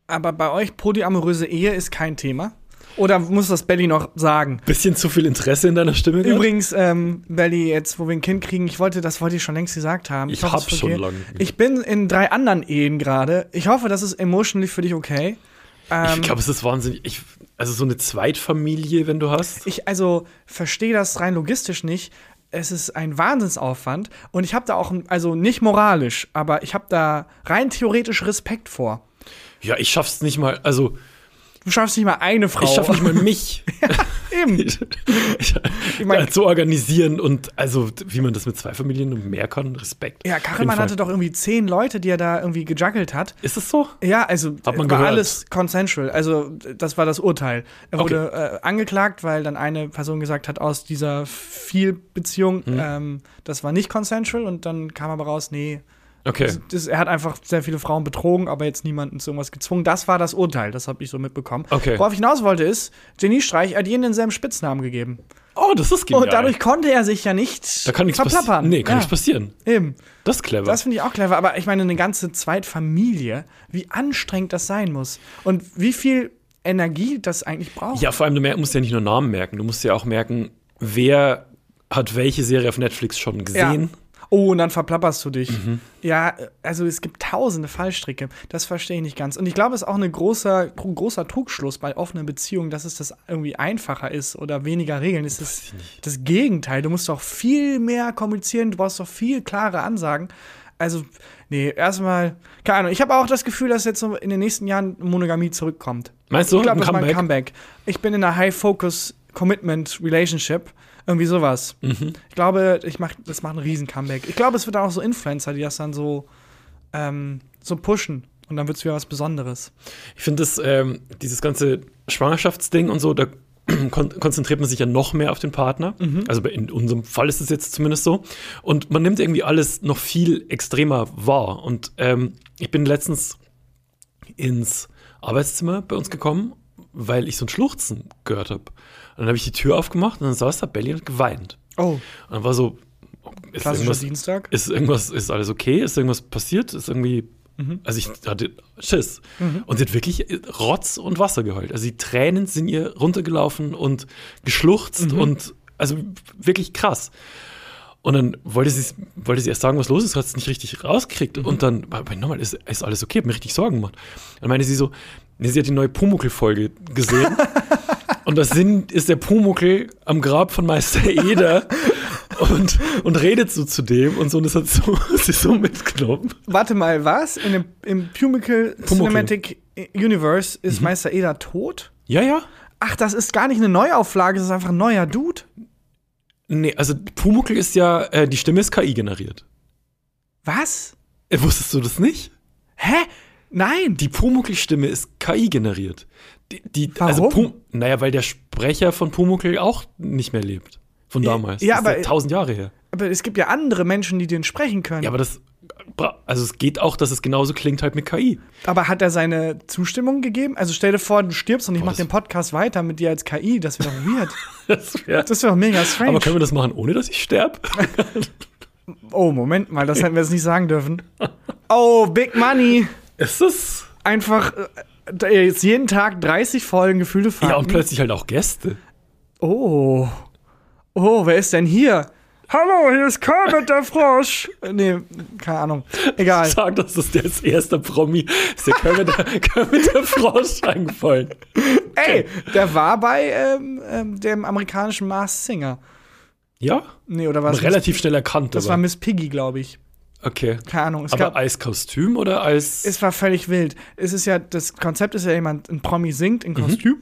Speaker 2: Aber bei euch polyamoröse Ehe ist kein Thema. Oder muss das Belly noch sagen?
Speaker 3: bisschen zu viel Interesse in deiner Stimme. gerade?
Speaker 2: Übrigens, ähm, Belly, jetzt wo wir ein Kind kriegen, ich wollte, das wollte ich schon längst gesagt haben.
Speaker 3: Ich
Speaker 2: hoffe,
Speaker 3: hab
Speaker 2: es ist
Speaker 3: schon
Speaker 2: okay.
Speaker 3: lange.
Speaker 2: Ich bin in drei anderen Ehen gerade. Ich hoffe, das ist emotionally für dich okay. Ähm.
Speaker 3: ich glaube, es ist wahnsinnig. Ich, also so eine Zweitfamilie, wenn du hast.
Speaker 2: Ich also verstehe das rein logistisch nicht. Es ist ein Wahnsinnsaufwand und ich habe da auch, also nicht moralisch, aber ich habe da rein theoretisch Respekt vor.
Speaker 3: Ja, ich schaff's nicht mal. Also,
Speaker 2: Du schaffst nicht mal eine Frau.
Speaker 3: ich
Speaker 2: *laughs*
Speaker 3: schaff nicht mal mich *laughs*
Speaker 2: Eben.
Speaker 3: ich,
Speaker 2: mein-
Speaker 3: zu organisieren und also, wie man das mit zwei Familien und mehr kann. Respekt.
Speaker 2: Ja,
Speaker 3: Auf
Speaker 2: Kachelmann
Speaker 3: jeden
Speaker 2: hatte doch irgendwie zehn Leute, die er da irgendwie gejuggelt hat.
Speaker 3: Fall. Ist es so?
Speaker 2: Ja, also
Speaker 3: Hat man
Speaker 2: war
Speaker 3: gehört.
Speaker 2: alles consensual. Also das war das Urteil. Er wurde äh, angeklagt, weil dann eine Person gesagt hat, aus dieser Vielbeziehung,
Speaker 3: Mhm.
Speaker 2: ähm, das war nicht consensual und dann kam aber raus, nee,
Speaker 3: Okay.
Speaker 2: Das, er hat einfach sehr viele Frauen betrogen, aber jetzt niemanden zu irgendwas gezwungen. Das war das Urteil, das habe ich so mitbekommen.
Speaker 3: Okay.
Speaker 2: Worauf ich hinaus wollte ist, Genie Streich hat jedem denselben Spitznamen gegeben.
Speaker 3: Oh, das ist genial.
Speaker 2: Und dadurch konnte er sich ja nicht
Speaker 3: Da kann nichts
Speaker 2: verplappern.
Speaker 3: passieren. Nee, kann
Speaker 2: ja,
Speaker 3: nichts passieren.
Speaker 2: Eben.
Speaker 3: Das ist clever.
Speaker 2: Das finde ich auch clever, aber ich meine, eine ganze Zweitfamilie, wie anstrengend das sein muss und wie viel Energie das eigentlich braucht.
Speaker 3: ja, vor allem, du mer- musst ja nicht nur Namen merken, du musst ja auch merken, wer hat welche Serie auf Netflix schon
Speaker 2: Ja.
Speaker 3: gesehen.
Speaker 2: Oh, und dann verplapperst du dich. Ja, also es gibt tausende Fallstricke. Das verstehe ich nicht ganz. Und ich glaube, es ist auch eine großer, ein großer Trugschluss bei offenen Beziehungen, dass es das irgendwie einfacher ist oder weniger Regeln. Es ist das Gegenteil. Du musst doch viel mehr kommunizieren, du brauchst doch viel klare Ansagen. Also, nee, erstmal, keine Ahnung. Ich habe auch das Gefühl, dass jetzt so in den nächsten Jahren Monogamie zurückkommt.
Speaker 3: Meinst du,
Speaker 2: Ich glaube,
Speaker 3: ein
Speaker 2: das war ein
Speaker 3: Comeback?
Speaker 2: Comeback. Ich bin in einer High-Focus-Commitment-Relationship. Irgendwie sowas.
Speaker 3: Mhm.
Speaker 2: Ich glaube, ich mach, das macht einen riesen Comeback. Ich glaube, es wird dann auch so Influencer, die das dann so, ähm, so pushen. Und dann wird es wieder was Besonderes.
Speaker 3: Ich finde, das, ähm, dieses ganze Schwangerschaftsding und so, da *clears throat* kon konzentriert man sich ja noch mehr auf den Partner. Also bei- in unserem Fall ist es jetzt zumindest so. Und man nimmt irgendwie alles noch viel extremer wahr. Und ähm, ich bin letztens ins Arbeitszimmer bei uns gekommen, weil ich so ein Schluchzen gehört habe. Und dann habe ich die Tür aufgemacht und dann saß da Belly und hat geweint.
Speaker 2: Oh,
Speaker 3: Und dann war so, ist
Speaker 2: klassischer
Speaker 3: irgendwas,
Speaker 2: Dienstag.
Speaker 3: ist irgendwas, ist alles okay? Ist irgendwas passiert? Ist irgendwie, also ich hatte Schiss. Und sie hat wirklich Rotz und Wasser geheult. Also die Tränen sind ihr runtergelaufen und geschluchzt und also wirklich krass. Und dann wollte sie, wollte sie erst sagen, was los ist, hat es nicht richtig rausgekriegt. Und dann, aber nochmal, ist, ist alles okay, hab mir richtig Sorgen gemacht. Dann meinte sie so, nee, sie hat die neue Pumuckl-Folge gesehen. und das sind, ist der Pumuckl am Grab
Speaker 2: *laughs*
Speaker 3: von Meister Eder und, und redet so zu dem und so. Und das hat so, *laughs* sie so mitgenommen.
Speaker 2: Warte mal, was? In dem, Im Pumical Cinematic Universe
Speaker 3: Mhm.
Speaker 2: ist Meister Eder tot?
Speaker 3: Ja, ja.
Speaker 2: Ach, das ist gar nicht eine Neuauflage, das ist einfach ein neuer Dude.
Speaker 3: Nee, also Pumuckl ist ja, äh, die Stimme ist KI generiert.
Speaker 2: Was?
Speaker 3: Äh, wusstest du das nicht?
Speaker 2: Hä? Nein.
Speaker 3: Die Pumuckl-Stimme ist KI generiert. Die, die, Also
Speaker 2: Warum?
Speaker 3: Pum naja, weil der Sprecher von Pumuckl auch nicht mehr lebt. Von damals.
Speaker 2: ja,
Speaker 3: das ist
Speaker 2: aber-
Speaker 3: ja tausend Jahre her.
Speaker 2: Aber es gibt ja andere Menschen, die den sprechen können.
Speaker 3: Ja, aber
Speaker 2: aber,
Speaker 3: das. bra- Also es geht auch, dass es genauso klingt halt mit KI.
Speaker 2: hat er seine Zustimmung gegeben? Also stell dir vor, du stirbst und ich
Speaker 3: Boah,
Speaker 2: mache
Speaker 3: Oh, das-
Speaker 2: den Podcast weiter mit dir als KI. Das wäre doch weird.
Speaker 3: *laughs* Das wär,
Speaker 2: Das wäre doch mega strange.
Speaker 3: aber können wir das machen, ohne dass
Speaker 2: *laughs*
Speaker 3: ich sterbe?
Speaker 2: oh, Moment mal,
Speaker 3: *laughs*
Speaker 2: das hätten wir jetzt nicht sagen dürfen. Oh, Big Money.
Speaker 3: Ist das.
Speaker 2: Einfach äh, jetzt jeden Tag 30 Folgen Gefühle fahren.
Speaker 3: Ja, und plötzlich halt auch Gäste.
Speaker 2: Oh. Oh, wer ist denn hier? Hallo, hier ist Kermit der Frosch. Äh, Nee, keine Ahnung. Egal.
Speaker 3: Sag, das ist der erste Promi. Ist der Kermit *laughs* der, Kermit der Frosch eingefallen.
Speaker 2: Ey, der war bei ähm, ähm, dem amerikanischen Mars Singer.
Speaker 3: Ja?
Speaker 2: Nee, oder was?
Speaker 3: Relativ schnell erkannt.
Speaker 2: Das war
Speaker 3: aber.
Speaker 2: Miss Piggy, glaube ich.
Speaker 3: okay.
Speaker 2: Keine Ahnung. Es,
Speaker 3: Aber
Speaker 2: gab,
Speaker 3: als Kostüm oder als.
Speaker 2: es war völlig wild. Es ist ja, das Konzept ist ja jemand, ein Promi singt
Speaker 3: Mhm.
Speaker 2: in Kostüm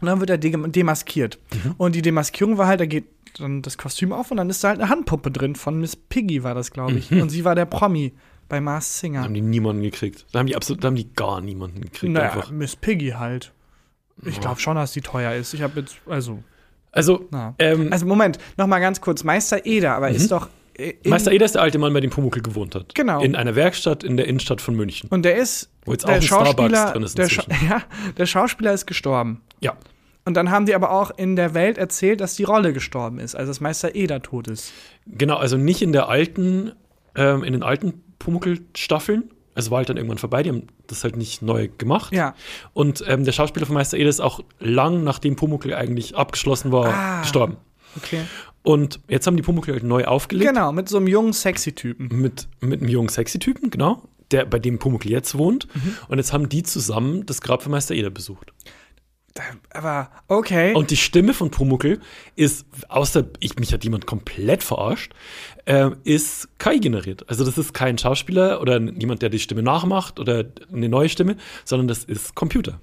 Speaker 2: und dann wird er de demaskiert. Und die Demaskierung war halt, da geht dann das Kostüm auf und dann ist da halt eine Handpuppe drin von Miss Piggy war das, glaube
Speaker 3: Mhm.
Speaker 2: ich. Und sie war der Promi bei Mars Singer.
Speaker 3: haben die niemanden gekriegt. Da haben die absolut, da haben die gar niemanden gekriegt
Speaker 2: Naja,
Speaker 3: einfach.
Speaker 2: Miss Piggy halt. Ich glaube schon, dass die teuer ist. Ich habe jetzt, also,
Speaker 3: Also,
Speaker 2: na.
Speaker 3: ähm,
Speaker 2: also Moment, nochmal ganz kurz. Meister Eder, aber ist doch. äh, in-
Speaker 3: Mhm. Meister Eder ist der alte Mann, bei dem Pumuckl gewohnt hat.
Speaker 2: Genau.
Speaker 3: In einer Werkstatt in der Innenstadt von München.
Speaker 2: Und der ist.
Speaker 3: Wo jetzt auch
Speaker 2: der
Speaker 3: ein Starbucks
Speaker 2: Schauspieler,
Speaker 3: drin ist
Speaker 2: der, Scha *laughs* ja, der Schauspieler ist gestorben.
Speaker 3: Ja.
Speaker 2: Und dann haben die aber auch in der Welt erzählt, dass die Rolle gestorben ist, also dass Meister Eder tot ist.
Speaker 3: Genau, also nicht in der alten, ähm, in den alten Pumuckl-Staffeln. Es war halt dann irgendwann vorbei, die haben das halt nicht neu gemacht.
Speaker 2: Ja.
Speaker 3: Und ähm, der Schauspieler von Meister Eder ist auch lang, nachdem Pumuckl eigentlich abgeschlossen war,
Speaker 2: Ah.
Speaker 3: gestorben.
Speaker 2: Okay.
Speaker 3: Und jetzt haben die Pumuckl halt neu aufgelegt.
Speaker 2: Genau, mit so einem jungen, sexy Typen.
Speaker 3: mit, mit einem jungen Sexy-Typen, genau, der, bei dem Pumuckl jetzt wohnt.
Speaker 2: Mhm.
Speaker 3: Und jetzt haben die zusammen das Grab von Meister Eder besucht.
Speaker 2: Aber okay.
Speaker 3: *laughs* Und die Stimme von Pumuckl ist, außer ich, mich hat jemand komplett verarscht, äh, ist KI generiert. Also das ist kein Schauspieler oder n- jemand, der die Stimme nachmacht oder eine neue Stimme, sondern das ist Computer.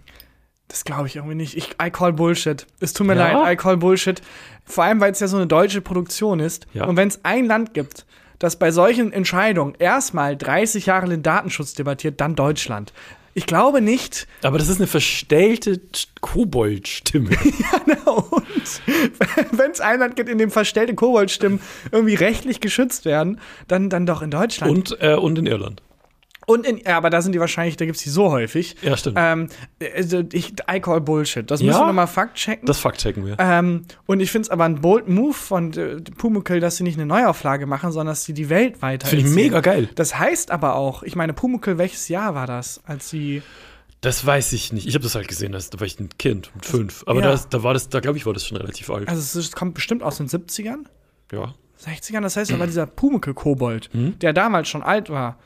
Speaker 2: Das glaube ich irgendwie nicht. Ich, I call Bullshit. Es tut mir
Speaker 3: Ja?
Speaker 2: leid, I call Bullshit. Vor allem, weil es ja so eine deutsche Produktion ist.
Speaker 3: Ja.
Speaker 2: Und wenn es ein Land gibt, das bei solchen Entscheidungen erstmal 30 Jahre den Datenschutz debattiert, dann Deutschland. Ich glaube nicht.
Speaker 3: Aber das ist eine verstellte T- Kobold-Stimme.
Speaker 2: *laughs* Und *laughs* wenn es ein Land gibt, in dem verstellte Koboldstimmen irgendwie rechtlich geschützt werden, dann, dann doch in Deutschland.
Speaker 3: und, äh, und in Irland.
Speaker 2: Und in, ja, aber da sind die wahrscheinlich, da gibt es die so häufig.
Speaker 3: Ja, stimmt.
Speaker 2: Ähm, also ich, I call Bullshit. Das müssen
Speaker 3: Ja?
Speaker 2: wir nochmal Fakt checken.
Speaker 3: Das faktchecken wir.
Speaker 2: Ähm, und ich finde es aber ein bold Move von äh, Pumuckl, dass sie nicht eine Neuauflage machen, sondern dass sie die Welt weiter.
Speaker 3: Finde ich
Speaker 2: erzählen.
Speaker 3: mega geil.
Speaker 2: Das heißt aber auch, ich meine, Pumuckl, welches Jahr war das, als sie.
Speaker 3: Das weiß ich nicht. Ich habe das halt gesehen, als, da war ich ein Kind mit fünf. Aber
Speaker 2: Ja.
Speaker 3: da, da war das, da glaube ich, war das schon relativ alt.
Speaker 2: Also, es ist- kommt bestimmt aus den 70ern,
Speaker 3: ja.
Speaker 2: 60ern. Das heißt aber, dieser Pumuckl-Kobold, der damals schon alt war,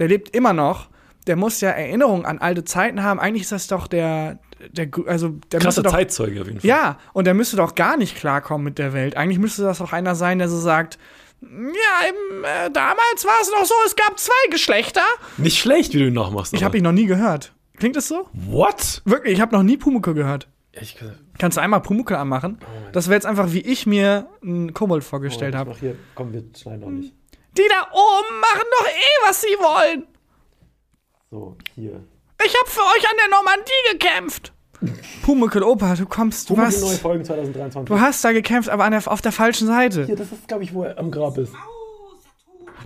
Speaker 2: der lebt immer noch. Der muss ja Erinnerungen an alte Zeiten haben. Eigentlich ist das doch der. der also, der müsste
Speaker 3: Krasser
Speaker 2: doch
Speaker 3: Zeitzeuge auf jeden Fall.
Speaker 2: Ja, und der müsste doch gar nicht klarkommen mit der Welt. Eigentlich müsste das doch einer sein, der so sagt, ja, im, äh, damals war es noch so, es gab zwei Geschlechter.
Speaker 3: Nicht schlecht, wie du ihn nachmachst.
Speaker 2: Ich habe ihn noch nie gehört. Klingt es so?
Speaker 3: What?
Speaker 2: Wirklich, ich habe noch nie Pumuckl gehört.
Speaker 3: Ich,
Speaker 2: Kannst du einmal Pumuckl anmachen? Das wäre jetzt einfach, wie ich mir einen Kobold vorgestellt habe.
Speaker 3: hier. Komm, wir schneiden
Speaker 2: Hm.
Speaker 3: noch nicht.
Speaker 2: Die da oben machen doch eh, was sie wollen.
Speaker 3: So, hier.
Speaker 2: Ich habe für euch an der Normandie gekämpft. Pumuckl, Opa, du kommst, du hast,
Speaker 3: Folgen 2023.
Speaker 2: du hast da gekämpft, aber an der, auf der falschen Seite.
Speaker 3: das ist, glaube ich, wo er am Grab ist.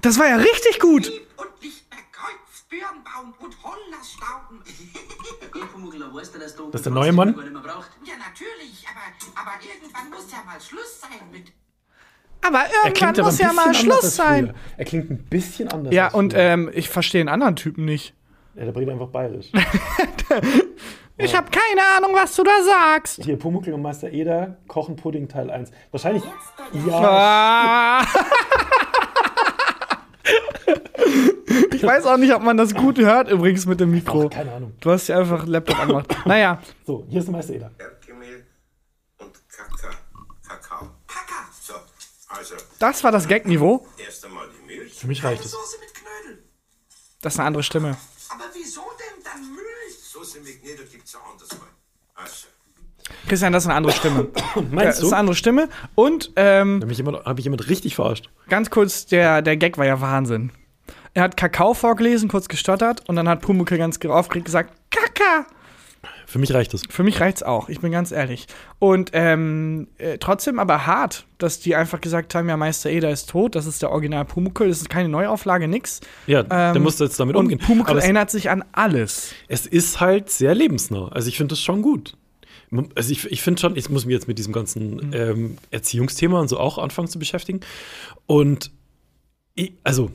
Speaker 2: Das war ja richtig gut.
Speaker 4: und Lichterkreuz, Birnbaum und
Speaker 3: *laughs*
Speaker 4: Hollerstauben.
Speaker 3: Das ist der neue Mann?
Speaker 4: Ja, natürlich, aber, aber irgendwann muss ja mal Schluss sein mit
Speaker 2: Aber irgendwann muss ja mal Schluss sein.
Speaker 3: Er klingt ein bisschen anders.
Speaker 2: Ja, und äh, ähm, ich verstehe den anderen Typen nicht.
Speaker 3: der bringt einfach bayerisch.
Speaker 2: Ich habe keine Ahnung, was du da sagst.
Speaker 3: Hier, Pumuckl und Meister Eder kochen Pudding Teil 1. Wahrscheinlich.
Speaker 2: Ah. *laughs* ich weiß auch nicht, ob man das gut hört übrigens mit dem Mikro.
Speaker 3: Keine Ahnung.
Speaker 2: Du hast ja einfach Laptop angemacht. Naja,
Speaker 3: So, hier ist Meister Eder.
Speaker 5: Erdgemehl und Kaka Kakao.
Speaker 4: Kaka.
Speaker 5: So, also
Speaker 2: das war das Gag-Niveau.
Speaker 5: erst einmal die Milch.
Speaker 3: Für mich reicht es.
Speaker 4: Soße mit Knödel.
Speaker 2: Das ist eine andere Stimme.
Speaker 4: Aber wieso denn dann Milch?
Speaker 5: So sind wir Gnädel, gibt's ja anders mal. Also,
Speaker 2: Christian, das ist eine
Speaker 3: *coughs*
Speaker 2: andere Stimme. Das
Speaker 3: Meinst
Speaker 2: ist
Speaker 3: du?
Speaker 2: eine
Speaker 3: Habe
Speaker 2: andere Stimme. Und ähm,
Speaker 3: ich jemand richtig verarscht?
Speaker 2: ganz kurz, der, der Gag war ja Wahnsinn. Er hat Kakao vorgelesen, kurz gestottert und dann hat Pumuckl ganz ge- aufgeregt gesagt, Kaka!
Speaker 3: Für mich reicht das.
Speaker 2: Für mich reicht's auch, ich bin ganz ehrlich. Und ähm, äh, trotzdem aber hart, dass die einfach gesagt haben, ja, Meister Eder ist tot, das ist der Original Pumuckl, das ist keine Neuauflage, nix.
Speaker 3: Ja, der
Speaker 2: Ähm,
Speaker 3: musste jetzt damit
Speaker 2: Und
Speaker 3: umgehen.
Speaker 2: Pumuckl
Speaker 3: Aber es,
Speaker 2: erinnert sich an alles.
Speaker 3: es ist halt sehr lebensnah. Also ich finde das schon gut. Man- Also ich, ich finde schon, ich muss mich jetzt mit diesem
Speaker 2: Mhm.
Speaker 3: ganzen ähm, Erziehungsthema und so auch anfangen zu beschäftigen. Und ich, also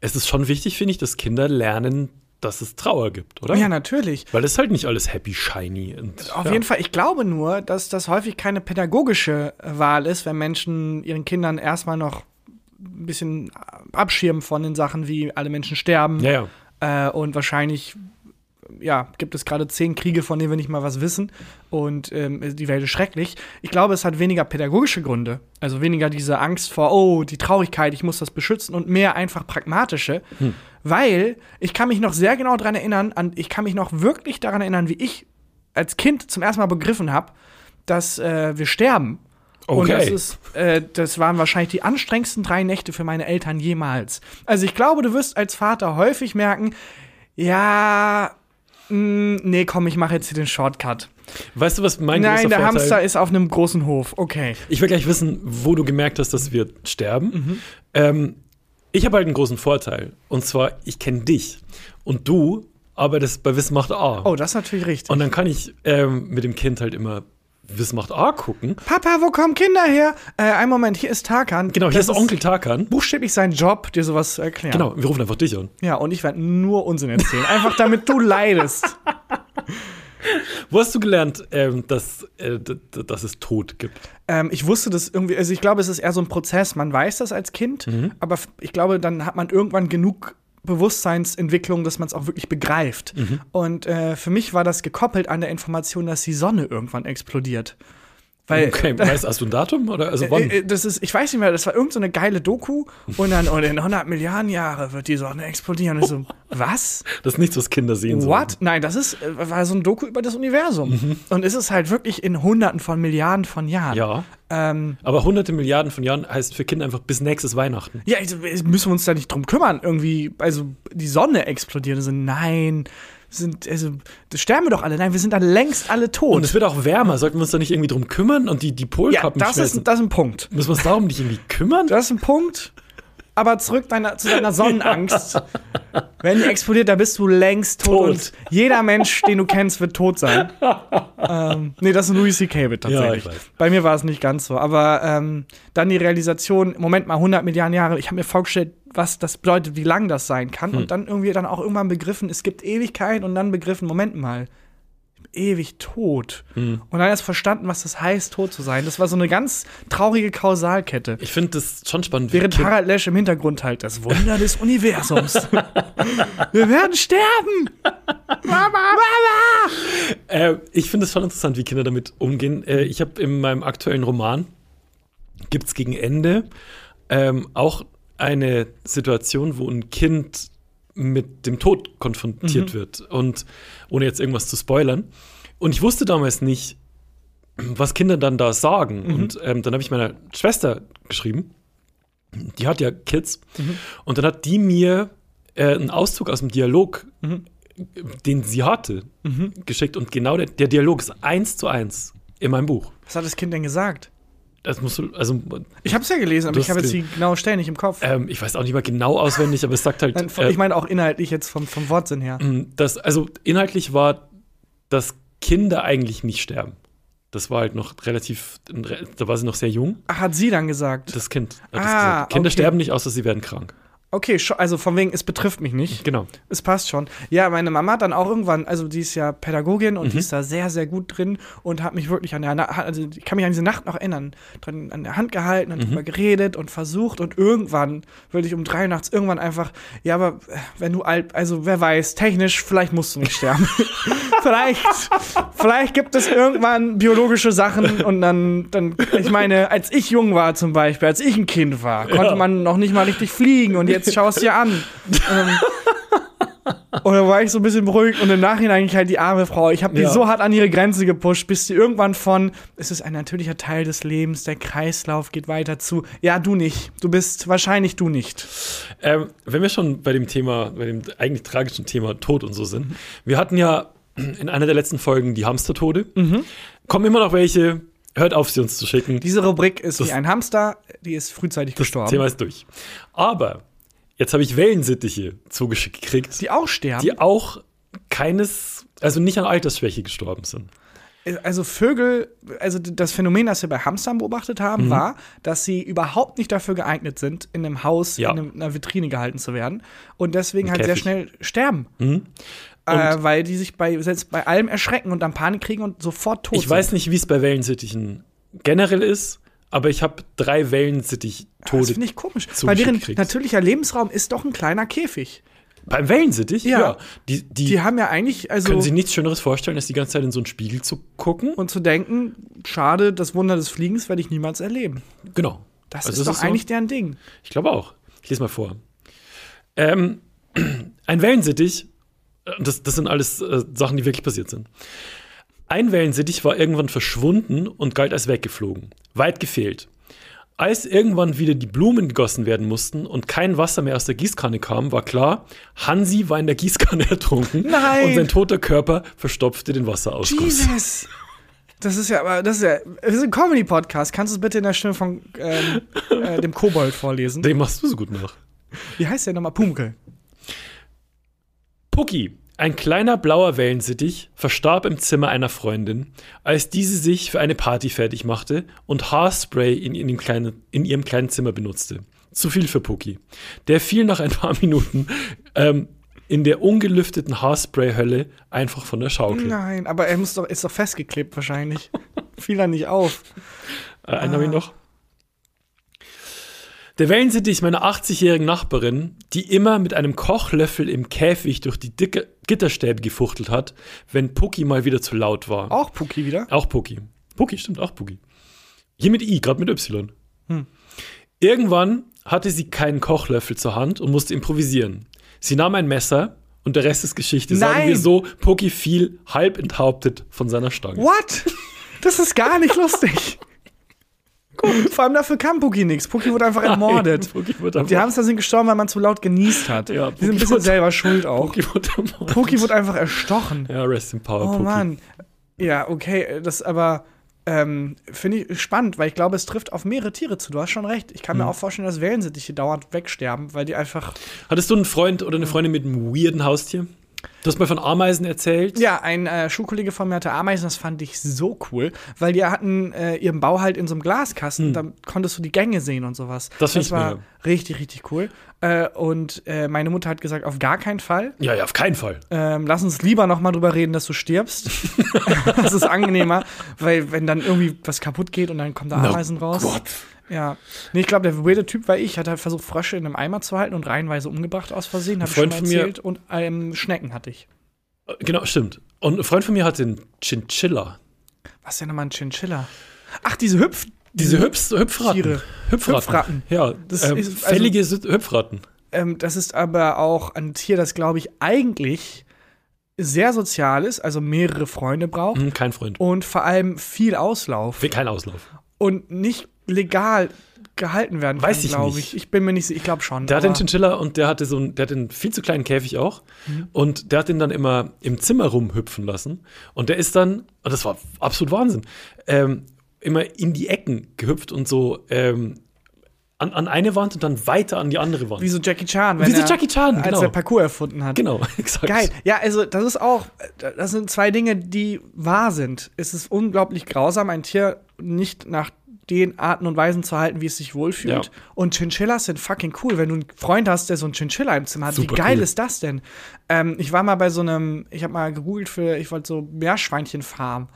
Speaker 3: es ist schon wichtig, finde ich, dass Kinder lernen, dass es Trauer gibt, oder?
Speaker 2: Ja, natürlich.
Speaker 3: Weil es halt nicht alles happy shiny und
Speaker 2: Auf
Speaker 3: ja.
Speaker 2: jeden Fall, ich glaube nur, dass das häufig keine pädagogische äh, Wahl ist, wenn Menschen ihren Kindern erstmal noch ein bisschen abschirmen von den Sachen, wie alle Menschen sterben.
Speaker 3: Ja, ja.
Speaker 2: Äh, und wahrscheinlich, ja, gibt es gerade zehn Kriege, von denen wir nicht mal was wissen. Und ähm, die Welt ist schrecklich. Ich glaube, es hat weniger pädagogische Gründe. Also weniger diese Angst vor, oh, die Traurigkeit, ich muss das beschützen und mehr einfach pragmatische. Weil ich kann mich noch sehr genau daran erinnern, an, ich kann mich noch wirklich daran erinnern, wie ich als Kind zum ersten Mal begriffen habe, dass äh, wir sterben. Und
Speaker 3: Okay.
Speaker 2: das ist, äh, das waren wahrscheinlich die anstrengendsten drei Nächte für meine Eltern jemals. Also ich glaube, du wirst als Vater häufig merken, ja, mh, nee, komm, ich mache jetzt hier den Shortcut.
Speaker 3: Weißt du, was mein
Speaker 2: Nein,
Speaker 3: großer
Speaker 2: der
Speaker 3: Vorteil
Speaker 2: Hamster ist auf einem großen Hof. Okay.
Speaker 3: Ich will gleich wissen, wo du gemerkt hast, dass wir sterben. Ähm, ich habe halt einen großen Vorteil. Und zwar, ich kenne dich. Und du arbeitest bei Wissen macht A.
Speaker 2: Oh, das ist natürlich richtig.
Speaker 3: und dann kann ich ähm, mit dem Kind halt immer Wissen macht A gucken.
Speaker 2: Papa, wo kommen Kinder her? Äh, ein Moment, hier ist Tarkan.
Speaker 3: Genau, hier
Speaker 2: Das
Speaker 3: ist Onkel Tarkan.
Speaker 2: Buchstäblich sein Job, dir sowas zu erklären.
Speaker 3: Genau, wir rufen einfach dich an.
Speaker 2: Ja, und ich werde nur Unsinn erzählen. Einfach damit du *laughs* leidest.
Speaker 3: Wo hast du gelernt, ähm, dass, äh, d- d- dass es Tod gibt?
Speaker 2: Ähm, ich wusste das irgendwie, also ich glaube, es ist eher so ein Prozess. Man weiß das als Kind, aber f- ich glaube, dann hat man irgendwann genug Bewusstseinsentwicklung, dass man es auch wirklich begreift. Und äh, für mich war das gekoppelt an der Information, dass die Sonne irgendwann explodiert. Weil *laughs*
Speaker 3: Okay, weißt hast du ein Datum? Oder also wann?
Speaker 2: Äh, äh, Das ist, ich weiß nicht mehr, das war irgendeine so eine geile Doku und dann, und in 100 Milliarden Jahre wird die Sonne explodieren. Und ich so, was?
Speaker 3: das ist nichts, was Kinder sehen
Speaker 2: What? Nein, das ist, äh, war so ein Doku über das Universum. Und es ist halt wirklich in Hunderten von Milliarden von Jahren.
Speaker 3: Mhm. Ja.
Speaker 2: Ähm.
Speaker 3: Aber hunderte Milliarden von Jahren heißt für Kinder einfach bis nächstes Weihnachten.
Speaker 2: Ja, also, äh, müssen wir uns da nicht drum kümmern. Irgendwie, also die Sonne explodiert. Also, nein, sind, also, das sterben wir doch alle. Nein, wir sind dann längst alle tot.
Speaker 3: Und es wird auch wärmer. Sollten wir uns da nicht irgendwie drum kümmern und die, die
Speaker 2: ja,
Speaker 3: Polkappen
Speaker 2: das ist,
Speaker 3: schmelzen?
Speaker 2: das ist ein Punkt.
Speaker 3: Müssen wir uns darum nicht irgendwie kümmern?
Speaker 2: Das ist ein Punkt. Aber zurück deiner, zu
Speaker 3: *laughs*
Speaker 2: deiner Sonnenangst. Wenn die explodiert, da bist du längst tot.
Speaker 3: Tot.
Speaker 2: Und jeder Mensch, den du kennst, wird tot sein. ähm, nee, das ist ein Louis C.K. wird tatsächlich.
Speaker 3: Ja, ich weiß.
Speaker 2: Bei mir war es nicht ganz so. Aber ähm, dann die Realisation, Moment mal, 100 Milliarden Jahre. Ich habe mir vorgestellt, was das bedeutet, wie lang das sein kann.
Speaker 3: Hm.
Speaker 2: Und dann irgendwie dann auch irgendwann begriffen, es gibt Ewigkeit. Und dann begriffen, Moment mal, ewig tot.
Speaker 3: Hm.
Speaker 2: Und dann erst verstanden, was das heißt, tot zu sein. Das war so eine ganz traurige Kausalkette.
Speaker 3: ich finde das schon spannend. wie
Speaker 2: Während
Speaker 3: Kind-
Speaker 2: Harald Lesch im Hintergrund halt das Wunder des *laughs* Universums. Wir werden sterben!
Speaker 3: äh, ich finde es schon interessant, wie Kinder damit umgehen. Äh, ich habe in meinem aktuellen Roman gibt es gegen Ende ähm, auch eine Situation, wo ein Kind mit dem Tod konfrontiert wird. Und ohne jetzt irgendwas zu spoilern. Und ich wusste damals nicht, was Kinder dann da sagen. Und ähm, dann habe ich meiner Schwester geschrieben, die hat ja Kids. Und dann hat die mir äh, einen Auszug aus dem Dialog, den sie hatte,
Speaker 2: Mhm.
Speaker 3: geschickt. Und genau der, der Dialog ist eins zu eins in meinem Buch.
Speaker 2: Was hat das Kind denn gesagt?
Speaker 3: Das musst du, also
Speaker 2: Ich hab's ja gelesen, aber
Speaker 3: Das
Speaker 2: ich habe jetzt die
Speaker 3: klingt-
Speaker 2: genaue Stelle nicht im Kopf.
Speaker 3: ähm, ich weiß auch nicht mal genau auswendig, aber es sagt halt,
Speaker 2: Nein, von-
Speaker 3: äh,
Speaker 2: ich meine auch inhaltlich jetzt vom, vom Wortsinn her.
Speaker 3: das, also inhaltlich war, dass Kinder eigentlich nicht sterben. Das war halt noch relativ, da war sie noch sehr jung.
Speaker 2: Ach, hat sie dann gesagt.
Speaker 3: Das Kind. Hat das
Speaker 2: Ah,
Speaker 3: gesagt. Kinder
Speaker 2: okay.
Speaker 3: sterben nicht, außer sie werden krank.
Speaker 2: Okay, scho- also von wegen, es betrifft mich nicht.
Speaker 3: Genau.
Speaker 2: Es passt schon. Ja, meine Mama hat dann auch irgendwann, also die ist ja Pädagogin und die ist da sehr, sehr gut drin und hat mich wirklich an der, Na- also ich kann mich an diese Nacht noch erinnern, dran an der Hand gehalten und drüber geredet und versucht und irgendwann, wirklich um drei Uhr nachts, irgendwann einfach, ja, aber äh, wenn du alt, also wer weiß, technisch, vielleicht musst du nicht sterben. *laughs* vielleicht, vielleicht gibt es irgendwann biologische Sachen und dann, dann, ich meine, als ich jung war zum Beispiel, als ich ein Kind war, konnte man noch nicht mal richtig fliegen und jetzt schau es dir an. ähm, Und dann war ich so ein bisschen beruhigt und im Nachhinein halt die arme Frau. Ich habe die
Speaker 3: Ja.
Speaker 2: so hart an ihre Grenze gepusht, bis sie irgendwann von, es ist ein natürlicher Teil des Lebens, der Kreislauf geht weiter zu, ja, du nicht. Du bist wahrscheinlich du nicht.
Speaker 3: Ähm, wenn wir schon bei dem Thema, bei dem eigentlich tragischen Thema Tod und so sind, wir hatten ja in einer der letzten Folgen die Hamstertode.
Speaker 2: Mhm.
Speaker 3: Kommen immer noch welche, hört auf, sie uns zu schicken.
Speaker 2: Diese Rubrik ist
Speaker 3: Das-
Speaker 2: wie ein Hamster, die ist frühzeitig gestorben.
Speaker 3: das Thema ist durch. Aber jetzt habe ich Wellensittiche zugeschickt gekriegt, die,
Speaker 2: die auch sterben.
Speaker 3: auch keines, also nicht an Altersschwäche gestorben sind.
Speaker 2: Also Vögel, also d- das Phänomen, das wir bei Hamstern beobachtet
Speaker 3: Mhm.
Speaker 2: haben, war, dass sie überhaupt nicht dafür geeignet sind, in einem Haus,
Speaker 3: Ja.
Speaker 2: in einem, einer Vitrine gehalten zu werden und deswegen
Speaker 3: Im
Speaker 2: halt sehr
Speaker 3: Käfig. Mhm.
Speaker 2: schnell sterben. Äh, weil die sich bei, selbst bei allem erschrecken und dann Panik kriegen und sofort tot
Speaker 3: Ich weiß nicht, wie es bei Wellensittichen generell ist, aber ich habe drei
Speaker 2: Das
Speaker 3: Wellensittich-Tode.
Speaker 2: finde ich komisch.
Speaker 3: zugeschickt
Speaker 2: Bei deren
Speaker 3: kriegst.
Speaker 2: natürlicher Lebensraum ist doch ein kleiner Käfig.
Speaker 3: Beim Wellensittich?
Speaker 2: Ja.
Speaker 3: Die, die,
Speaker 2: Die haben ja eigentlich, also
Speaker 3: können sich nichts Schöneres vorstellen, als die ganze Zeit in so einen Spiegel zu gucken.
Speaker 2: und zu denken, schade, das Wunder des Fliegens werde ich niemals erleben.
Speaker 3: Genau.
Speaker 2: Das
Speaker 3: Also
Speaker 2: ist doch
Speaker 3: so-
Speaker 2: eigentlich deren Ding.
Speaker 3: Ich glaube auch. Ich lese mal vor. Ähm, *clears throat* ein Wellensittich, äh, das, das sind alles äh, Sachen, die wirklich passiert sind. Ein Wellensittich war irgendwann verschwunden und galt als weggeflogen. Weit gefehlt. Als irgendwann wieder die Blumen gegossen werden mussten und kein Wasser mehr aus der Gießkanne kam, war klar, Hansi war in der Gießkanne *laughs* ertrunken
Speaker 2: Nein!
Speaker 3: und sein toter Körper verstopfte den Wasserausguss.
Speaker 2: Jesus! Das ist ja, aber das ist ja, wir sind ein Comedy-Podcast. Kannst du es bitte in der Stimme von ähm, äh, dem Kobold vorlesen?
Speaker 3: Den machst du so gut nach.
Speaker 2: Wie heißt der nochmal? Pumke.
Speaker 3: Pucki, ein kleiner blauer Wellensittich, verstarb im Zimmer einer Freundin, als diese sich für eine Party fertig machte und Haarspray in, ihrem kleinen, in ihrem kleinen Zimmer benutzte. Zu viel für Pucki. Der fiel nach ein paar Minuten ähm, in der ungelüfteten Haarspray-Hölle einfach von der Schaukel.
Speaker 2: Nein, aber er muss doch, ist doch festgeklebt wahrscheinlich. *laughs* Fiel er nicht auf.
Speaker 3: Äh, einen habe ich noch. Der Wellensittich meiner 80-jährigen Nachbarin, die immer mit einem Kochlöffel im Käfig durch die dicke Gitterstäbe gefuchtelt hat, wenn Pucki mal wieder zu laut war.
Speaker 2: Auch Puki wieder.
Speaker 3: Auch Puki. Puki, stimmt, auch Puki. Hier mit I, gerade mit Y.
Speaker 2: Hm.
Speaker 3: Irgendwann hatte sie keinen Kochlöffel zur Hand und musste improvisieren. Sie nahm ein Messer und der Rest ist Geschichte. Sagen
Speaker 2: Nein!
Speaker 3: wir so, Puki fiel halb enthauptet von seiner Stange.
Speaker 2: What? Das ist gar nicht lustig. Gut, vor allem dafür kann Puki nichts. Puki wurde einfach ermordet.
Speaker 3: Puki wurde
Speaker 2: Die
Speaker 3: ermordet.
Speaker 2: Hamster sind gestorben, weil man zu laut genießt hat.
Speaker 3: Ja,
Speaker 2: Die sind ein
Speaker 3: Puki
Speaker 2: bisschen
Speaker 3: wurde-
Speaker 2: selber schuld auch.
Speaker 3: Puki wurde ermordet.
Speaker 2: Puki wurde einfach erstochen.
Speaker 3: Ja, rest in power,
Speaker 2: Oh
Speaker 3: Puki.
Speaker 2: Mann. Ja, okay, äh, das aber ähm, finde ich spannend, weil ich glaube, es trifft auf mehrere Tiere zu. Du hast schon recht. Ich kann
Speaker 3: Mhm.
Speaker 2: mir auch vorstellen, dass Wellensittiche dauernd wegsterben, weil die einfach.
Speaker 3: Hattest du einen Freund oder eine Freundin mit einem weirden Haustier? Du hast mal von Ameisen erzählt.
Speaker 2: Ja, ein äh, Schulkollege von mir hatte Ameisen, das fand ich so cool, weil die hatten äh, ihren Bau halt in so einem Glaskasten, da konntest du die Gänge sehen und sowas.
Speaker 3: Mhm. Das find ich
Speaker 2: war
Speaker 3: mega.
Speaker 2: richtig, richtig cool. Äh, und äh, meine Mutter hat gesagt, auf gar keinen Fall.
Speaker 3: Ja, ja, auf keinen Fall. Äh,
Speaker 2: Ähm, lass uns lieber noch mal drüber reden, dass du
Speaker 3: *laughs*
Speaker 2: stirbst. das ist angenehmer, weil wenn dann irgendwie was kaputt geht und dann kommen da Ameisen raus.
Speaker 3: Gott.
Speaker 2: Ja. Nee, ich glaube, der weirde Typ war ich. Hat halt versucht, Frösche in einem Eimer zu halten und reihenweise umgebracht aus Versehen. Hab ich schon
Speaker 3: Freund
Speaker 2: mal
Speaker 3: von mir-
Speaker 2: erzählt. Und ähm, Schnecken hatte ich.
Speaker 3: Genau, stimmt. Und ein Freund von mir hatte einen Chinchilla.
Speaker 2: Was ist denn nochmal ein Chinchilla? Ach, diese Hüpf.
Speaker 3: Diese Hüpf Hüpfratten.
Speaker 2: Mhm. Tiere.
Speaker 3: Hüpfratten.
Speaker 2: Hüpfratten.
Speaker 3: Ja,
Speaker 2: Das
Speaker 3: ähm,
Speaker 2: ist- also-
Speaker 3: fällige Sit- Hüpfratten.
Speaker 2: Ähm, das ist aber auch ein Tier, das, glaube ich, eigentlich sehr sozial ist, also mehrere Freunde braucht
Speaker 3: Hm, kein Freund.
Speaker 2: und vor allem viel Auslauf
Speaker 3: Will kein Auslauf.
Speaker 2: und nicht legal gehalten werden
Speaker 3: Weiß
Speaker 2: kann,
Speaker 3: ich
Speaker 2: glaube
Speaker 3: nicht.
Speaker 2: ich. Ich bin mir nicht sicher, ich glaube schon.
Speaker 3: Der hatte einen
Speaker 2: aber-
Speaker 3: Chinchilla und der hatte so einen, der hatte einen viel zu kleinen Käfig auch.
Speaker 2: Mhm.
Speaker 3: Und der hat den dann immer im Zimmer rumhüpfen lassen. Und der ist dann, und das war absolut Wahnsinn, ähm, immer in die Ecken gehüpft und so ähm, an, an eine Wand und dann weiter an die andere Wand.
Speaker 2: wie so Jackie Chan, wenn
Speaker 3: Wie so
Speaker 2: er,
Speaker 3: Jackie Chan,
Speaker 2: als
Speaker 3: genau.
Speaker 2: er Parcours erfunden hat.
Speaker 3: Genau, *laughs* exakt.
Speaker 2: Geil. Ja, also das ist auch, das sind zwei Dinge, die wahr sind. Es ist unglaublich grausam, ein Tier nicht nach den Arten und Weisen zu halten, wie es sich wohlfühlt.
Speaker 3: Ja.
Speaker 2: Und Chinchillas sind fucking cool. Wenn du einen Freund hast, der so einen Chinchilla im Zimmer hat, wie
Speaker 3: Super
Speaker 2: geil
Speaker 3: cool.
Speaker 2: ist das denn? Ähm, ich war mal bei so einem, ich habe mal gegoogelt für, ich wollte so Meerschweinchenfarm.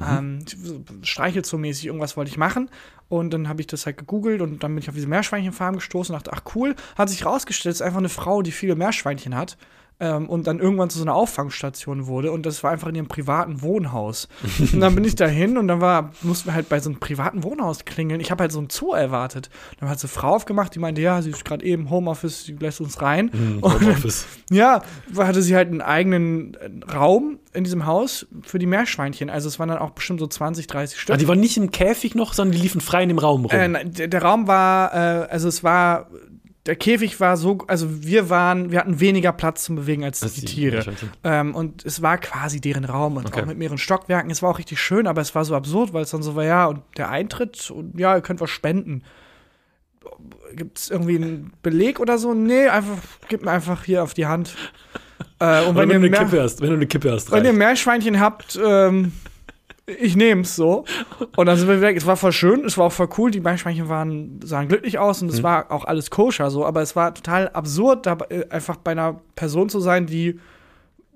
Speaker 2: Ähm, so Streichelzoo-mäßig irgendwas wollte ich machen. Und dann habe ich das halt gegoogelt und dann bin ich auf diese Meerschweinchenfarm gestoßen und dachte, ach cool, hat sich rausgestellt, es ist einfach eine Frau, die viele Meerschweinchen hat. ähm, und dann irgendwann zu so einer Auffangstation wurde und das war einfach in ihrem privaten Wohnhaus. und dann bin ich dahin und dann war, mussten wir halt bei so einem privaten Wohnhaus klingeln. Ich habe halt so einen Zoo erwartet. Dann hat so eine Frau aufgemacht, die meinte, ja, sie ist gerade eben im Homeoffice, sie lässt uns rein.
Speaker 3: Mhm.
Speaker 2: und *laughs*
Speaker 3: Homeoffice.
Speaker 2: ja, hatte sie halt einen eigenen äh, Raum in diesem Haus für die Meerschweinchen. Also es waren dann auch bestimmt so 20, 30 Stück.
Speaker 3: Ah, die waren nicht im Käfig noch, sondern die liefen frei in dem Raum rum.
Speaker 2: Äh, nein, der, der Raum war, äh, also es war, der Käfig war so, also wir waren, wir hatten weniger Platz zum Bewegen als
Speaker 3: Als
Speaker 2: die
Speaker 3: die
Speaker 2: Tiere.
Speaker 3: Meerschweinchen.
Speaker 2: Ähm, und es war quasi deren Raum und
Speaker 3: Okay.
Speaker 2: auch mit mehreren Stockwerken. Es war auch richtig schön, aber es war so absurd, weil es dann so war, ja, und der Eintritt und ja, ihr könnt was spenden. Gibt es irgendwie einen Beleg oder so? Nee, einfach, gib mir einfach hier auf die Hand. Äh, und wenn, ihr
Speaker 3: Oder wenn, du eine
Speaker 2: mehr,
Speaker 3: Kippe hast, wenn du eine Kippe hast,
Speaker 2: wenn ihr
Speaker 3: reicht.
Speaker 2: Meerschweinchen habt, ähm, ich nehm's so. Und dann sind wir weg. Es war voll schön, es war auch voll cool. Die Meerschweinchen waren, sahen glücklich aus und
Speaker 3: Mhm.
Speaker 2: es war auch alles koscher so. Aber es war total absurd, da äh, einfach bei einer Person zu sein, die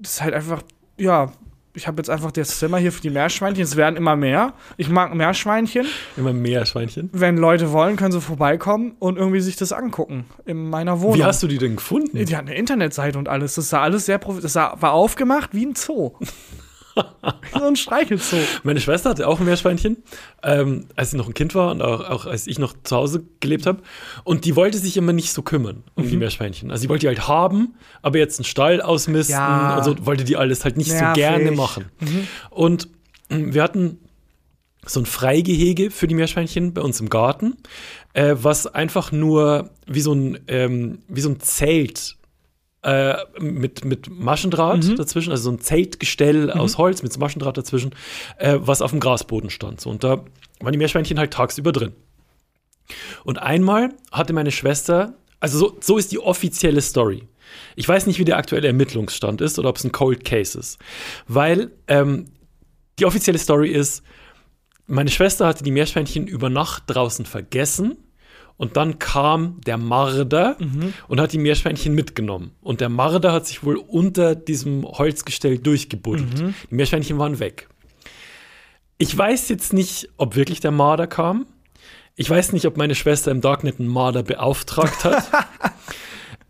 Speaker 2: das halt einfach, ja, ich habe jetzt einfach das Zimmer hier für die Meerschweinchen. Es werden immer mehr. Ich mag Meerschweinchen.
Speaker 3: immer mehr Schweinchen.
Speaker 2: Wenn Leute wollen, können sie vorbeikommen und irgendwie sich das angucken in meiner Wohnung.
Speaker 3: Wie hast du die denn gefunden?
Speaker 2: Die hat eine Internetseite und alles. Das sah alles sehr profi. Das sah, war aufgemacht wie ein Zoo.
Speaker 3: *laughs*
Speaker 2: wie so ein Streichelzoo.
Speaker 3: Meine Schwester hatte auch ein Meerschweinchen, ähm, als sie noch ein Kind war und auch, auch als ich noch zu Hause gelebt habe. Und die wollte sich immer nicht so kümmern um die Meerschweinchen. Also die wollte die halt haben, aber jetzt einen Stall ausmisten
Speaker 2: Ja.
Speaker 3: und so wollte die alles halt nicht
Speaker 2: Nervig.
Speaker 3: so gerne machen. Und ähm, wir hatten so ein Freigehege für die Meerschweinchen bei uns im Garten, äh, was einfach nur wie so ein, ähm, wie so ein Zelt äh, mit, mit Maschendraht dazwischen, also so ein Zeltgestell aus Holz mit so Maschendraht dazwischen, äh, was auf dem Grasboden stand. So, und da waren die Meerschweinchen halt tagsüber drin. Und einmal hatte meine Schwester, also so, so ist die offizielle Story. Ich weiß nicht, wie der aktuelle Ermittlungsstand ist oder ob es ein Cold Case ist. Weil ähm, die offizielle Story ist, meine Schwester hatte die Meerschweinchen über Nacht draußen vergessen und dann kam der Marder und hat die Meerschweinchen mitgenommen. Und der Marder hat sich wohl unter diesem Holzgestell durchgebuddelt. Die Meerschweinchen waren weg. Ich weiß jetzt nicht, ob wirklich der Marder kam. Ich weiß nicht, ob meine Schwester im Darknet einen Marder beauftragt hat.